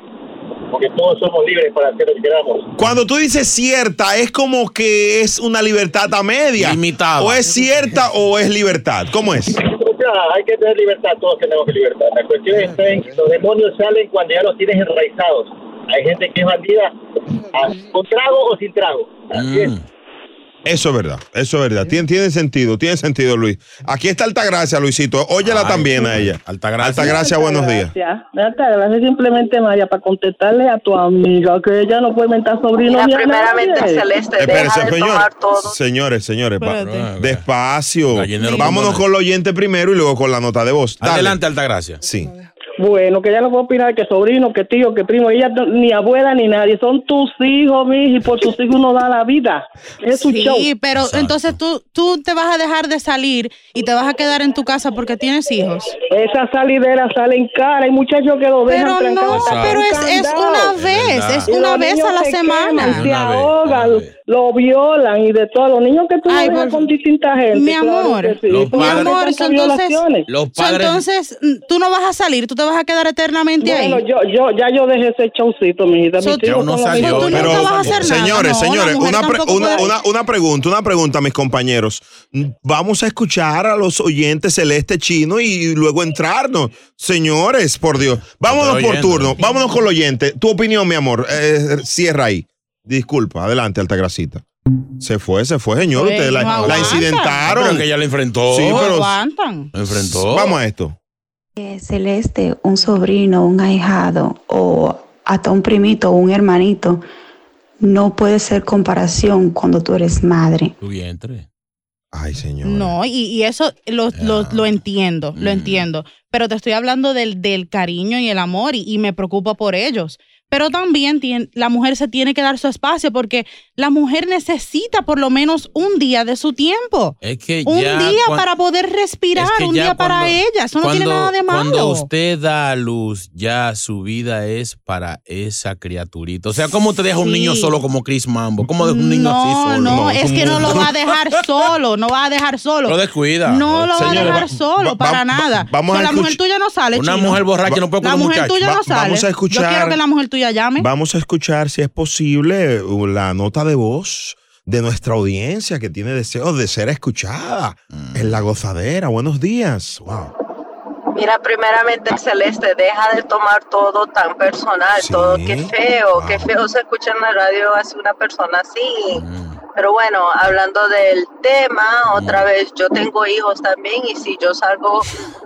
Speaker 23: porque todos somos libres para hacer lo que queramos.
Speaker 3: Cuando tú dices cierta, es como que es una libertad a media. Limitada. O es cierta o es libertad. ¿Cómo es?
Speaker 23: O sea, hay que tener libertad, todos tenemos que libertad. La cuestión
Speaker 3: Ah,
Speaker 23: está en que los demonios salen cuando ya los tienes enraizados. Hay gente que es bandida, ah, con trago o sin trago.
Speaker 3: Eso es verdad, eso es verdad. Tiene, tiene sentido, tiene sentido, Luis. Aquí está Altagracia, Luisito. Óyela también a ella. Altagracia. Altagracia, buenos días.
Speaker 20: Gracias. Gracias simplemente, Maya, para contestarle a tu amiga que ella no puede mentar sobrino.
Speaker 13: Mira,
Speaker 20: ni a
Speaker 13: primeramente,
Speaker 20: nadie.
Speaker 13: Celeste,
Speaker 3: Espérense,
Speaker 13: deja de
Speaker 3: señor.
Speaker 13: tomar todo.
Speaker 3: Señores, señores, va-
Speaker 4: Espérate.
Speaker 3: despacio.
Speaker 4: Gallinero
Speaker 3: Vámonos
Speaker 4: pulmonar.
Speaker 3: con la oyente primero y luego con la nota de voz. Dale.
Speaker 4: Adelante, Altagracia.
Speaker 3: Sí.
Speaker 20: Bueno, que ella no puede opinar que sobrino, que tío, que primo, ella no- ni abuela ni nadie, son tus hijos, mis, y por tus hijos uno da la vida. Es un
Speaker 7: sí,
Speaker 20: show.
Speaker 7: pero entonces tú, tú te vas a dejar de salir y te vas a quedar en tu casa porque tienes hijos.
Speaker 20: Esas salideras salen cara, hay muchachos que lo dejan
Speaker 7: Pero no,
Speaker 20: trancados hasta
Speaker 7: pero
Speaker 20: con
Speaker 7: es, es
Speaker 20: candado.
Speaker 7: una vez, es
Speaker 20: Y
Speaker 7: una
Speaker 20: los
Speaker 7: vez a
Speaker 20: niños
Speaker 7: la
Speaker 20: se
Speaker 7: semana.
Speaker 20: queman, Se ahogan, lo violan y de todo. Los niños que tú no dejas con distintas gente.
Speaker 7: Mi
Speaker 20: claro
Speaker 7: amor,
Speaker 20: que sí.
Speaker 7: mi
Speaker 20: Porque hay
Speaker 7: amor,
Speaker 20: tantas
Speaker 7: so entonces,
Speaker 20: violaciones.
Speaker 7: so entonces mm, tú no vas a salir, tú te vas a quedar eternamente
Speaker 20: Bueno,
Speaker 7: ahí.
Speaker 20: yo, yo, ya yo dejé ese showcito, mijita.
Speaker 7: So
Speaker 20: Mis
Speaker 7: tú-
Speaker 20: hijos
Speaker 7: Ya uno
Speaker 20: son los
Speaker 7: salió,
Speaker 20: mismos.
Speaker 7: Pero- nunca vas a hacer nada,
Speaker 3: señores,
Speaker 7: no, la
Speaker 3: señores,
Speaker 7: mujer
Speaker 3: una, pre-
Speaker 7: tampoco
Speaker 3: una-
Speaker 7: puede.
Speaker 3: una- una pregunta, una pregunta, mis compañeros. Vamos a escuchar a los oyentes celeste chino y luego entrarnos. Señores, por Dios. Vámonos
Speaker 4: Estoy
Speaker 3: por
Speaker 4: oyendo.
Speaker 3: turno, vámonos con el oyente. Tu opinión, mi amor. eh, cierra ahí. Disculpa, adelante, Altagracita. Se fue, se fue, señor.
Speaker 7: Ey,
Speaker 3: Ustedes la,
Speaker 7: no
Speaker 3: la
Speaker 7: aguantan.
Speaker 3: incidentaron.
Speaker 4: Ah, Pero que ella la enfrentó.
Speaker 3: Sí, pero-
Speaker 7: aguantan.
Speaker 4: La enfrentó.
Speaker 3: Vamos a esto.
Speaker 24: Eh, Celeste, un sobrino, un ahijado o hasta un primito o un hermanito, no puede ser comparación cuando tú eres madre.
Speaker 4: Tu vientre.
Speaker 3: Ay, señor.
Speaker 7: No, y, y eso lo,
Speaker 4: Ah.
Speaker 7: lo- lo entiendo,
Speaker 4: Mm.
Speaker 7: lo entiendo. Pero te estoy hablando del, del cariño y el amor y, y me preocupa por ellos. pero también tien- la mujer se tiene que dar su espacio porque la mujer necesita por lo menos un día de su tiempo.
Speaker 4: Es que
Speaker 7: un
Speaker 4: ya
Speaker 7: día
Speaker 4: cuan-
Speaker 7: para poder respirar,
Speaker 4: es que
Speaker 7: un
Speaker 4: ya
Speaker 7: día para
Speaker 4: cuando-
Speaker 7: ella. Eso no tiene
Speaker 4: cuando-
Speaker 7: nada de
Speaker 4: Cuando
Speaker 7: malo.
Speaker 4: usted da a luz, ya su vida es para esa criaturita. O sea, ¿cómo te deja un
Speaker 7: Sí.
Speaker 4: niño solo como Chris Mambo? ¿Cómo deja un niño así
Speaker 7: No,
Speaker 4: solo?
Speaker 7: no, es que no lo va a dejar solo, no va a dejar solo.
Speaker 4: Lo descuida.
Speaker 7: No lo va a
Speaker 4: Señores,
Speaker 7: dejar
Speaker 4: va-
Speaker 7: solo,
Speaker 4: va-
Speaker 7: para
Speaker 4: va-
Speaker 7: nada.
Speaker 4: vamos
Speaker 7: O sea,
Speaker 4: a
Speaker 7: la mujer
Speaker 4: escuch-
Speaker 7: tuya no sale,
Speaker 4: Una
Speaker 7: chino.
Speaker 4: mujer borracha no puede con
Speaker 7: La
Speaker 4: un
Speaker 7: mujer
Speaker 4: muchacho.
Speaker 7: tuya
Speaker 4: Va-
Speaker 7: no sale.
Speaker 3: vamos a
Speaker 7: Yo
Speaker 3: escuchar-
Speaker 7: quiero que la mujer tuya llame.
Speaker 3: Vamos a escuchar, si es posible, la nota de voz de nuestra audiencia que tiene deseos de ser escuchada en la gozadera. Buenos días. Wow.
Speaker 8: Mira, primeramente, Celeste, deja de tomar todo tan personal, todo qué feo, qué feo se escucha en la radio hacia una persona así. Pero bueno, hablando del tema, otra vez, yo tengo hijos también y si yo salgo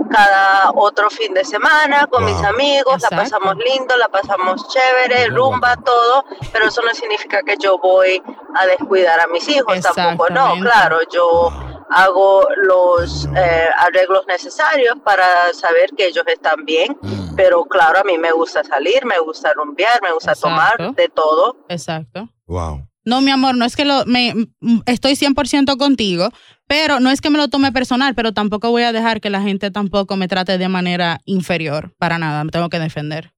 Speaker 8: cada otro fin de semana con mis amigos, la pasamos lindo, la pasamos chévere, rumba, todo, pero eso no significa que yo voy a descuidar a mis hijos, tampoco, no,
Speaker 25: Exactamente.
Speaker 8: claro, yo hago los eh, arreglos necesarios para saber que ellos están bien, pero claro, a mí me gusta salir, me gusta rumbear, me gusta tomar, de todo.
Speaker 7: Exacto.
Speaker 3: Wow.
Speaker 7: No, mi amor, no es que lo me m- estoy 100% contigo, pero no es que me lo tome personal, pero tampoco voy a dejar que la gente tampoco me trate de manera inferior, para nada, me tengo que defender.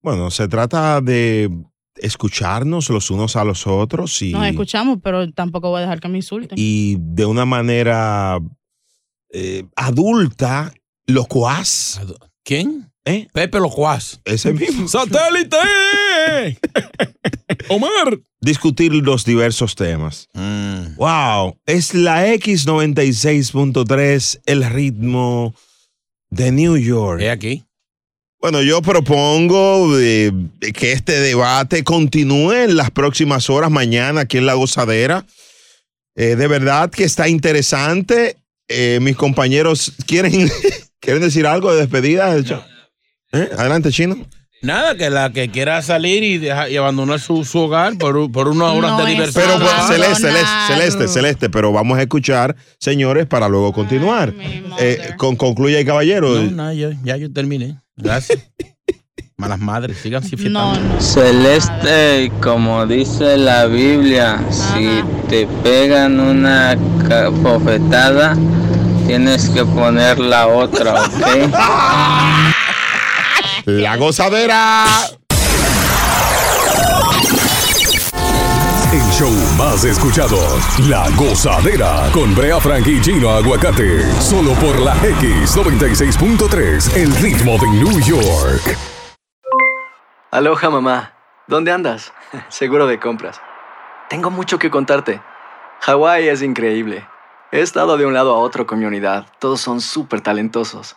Speaker 3: Bueno, se trata de escucharnos los unos a los otros y,
Speaker 7: Nos escuchamos, pero tampoco voy a dejar que me insulten.
Speaker 3: y de una manera eh, adulta, locuaz.
Speaker 4: ¿Quién?
Speaker 3: ¿Eh?
Speaker 4: Pepe Locuaz.
Speaker 3: Ese mismo.
Speaker 4: ¡Satélite! Omar. Mm.
Speaker 3: discutir los diversos temas. Wow, es la X96.3, el ritmo de New York.
Speaker 4: aquí.
Speaker 3: Bueno, yo propongo eh, que este debate continúe en las próximas horas, mañana aquí en La Gozadera. Eh, de verdad que está interesante. Eh, mis compañeros quieren, quieren decir algo de despedida. ¿Eh? Adelante, chino.
Speaker 4: Nada, que la que quiera salir y, deja- y abandonar su, su hogar por, por unas horas de diversión.
Speaker 3: Pero pues, celeste, celeste, celeste, celeste, pero vamos a escuchar, señores, para luego continuar. Eh, con, concluye el caballero.
Speaker 4: No, no, ya, ya yo terminé. Gracias. Malas madres, sigan si
Speaker 5: Celeste, como dice la Biblia, si te pegan una ca- bofetada, tienes que poner la otra, ¿ok?
Speaker 3: La gozadera.
Speaker 2: El show más escuchado, La Gozadera, con Brea Frank y Gino Aguacate, solo por la X96.3, el ritmo de New York.
Speaker 9: Aloha mamá, ¿dónde andas? Seguro de compras. Tengo mucho que contarte. Hawái es increíble. He estado de un lado a otro con mi unidad. Todos son súper talentosos.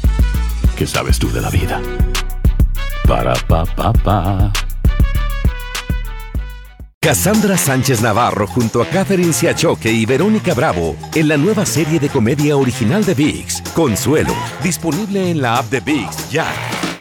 Speaker 26: ¿qué sabes tú de la vida? Para, pa, pa, pa.
Speaker 14: Cassandra Sánchez Navarro junto a Catherine Siachoque y Verónica Bravo en la nueva serie de comedia original de Vix, Consuelo, disponible en la app de Vix ya.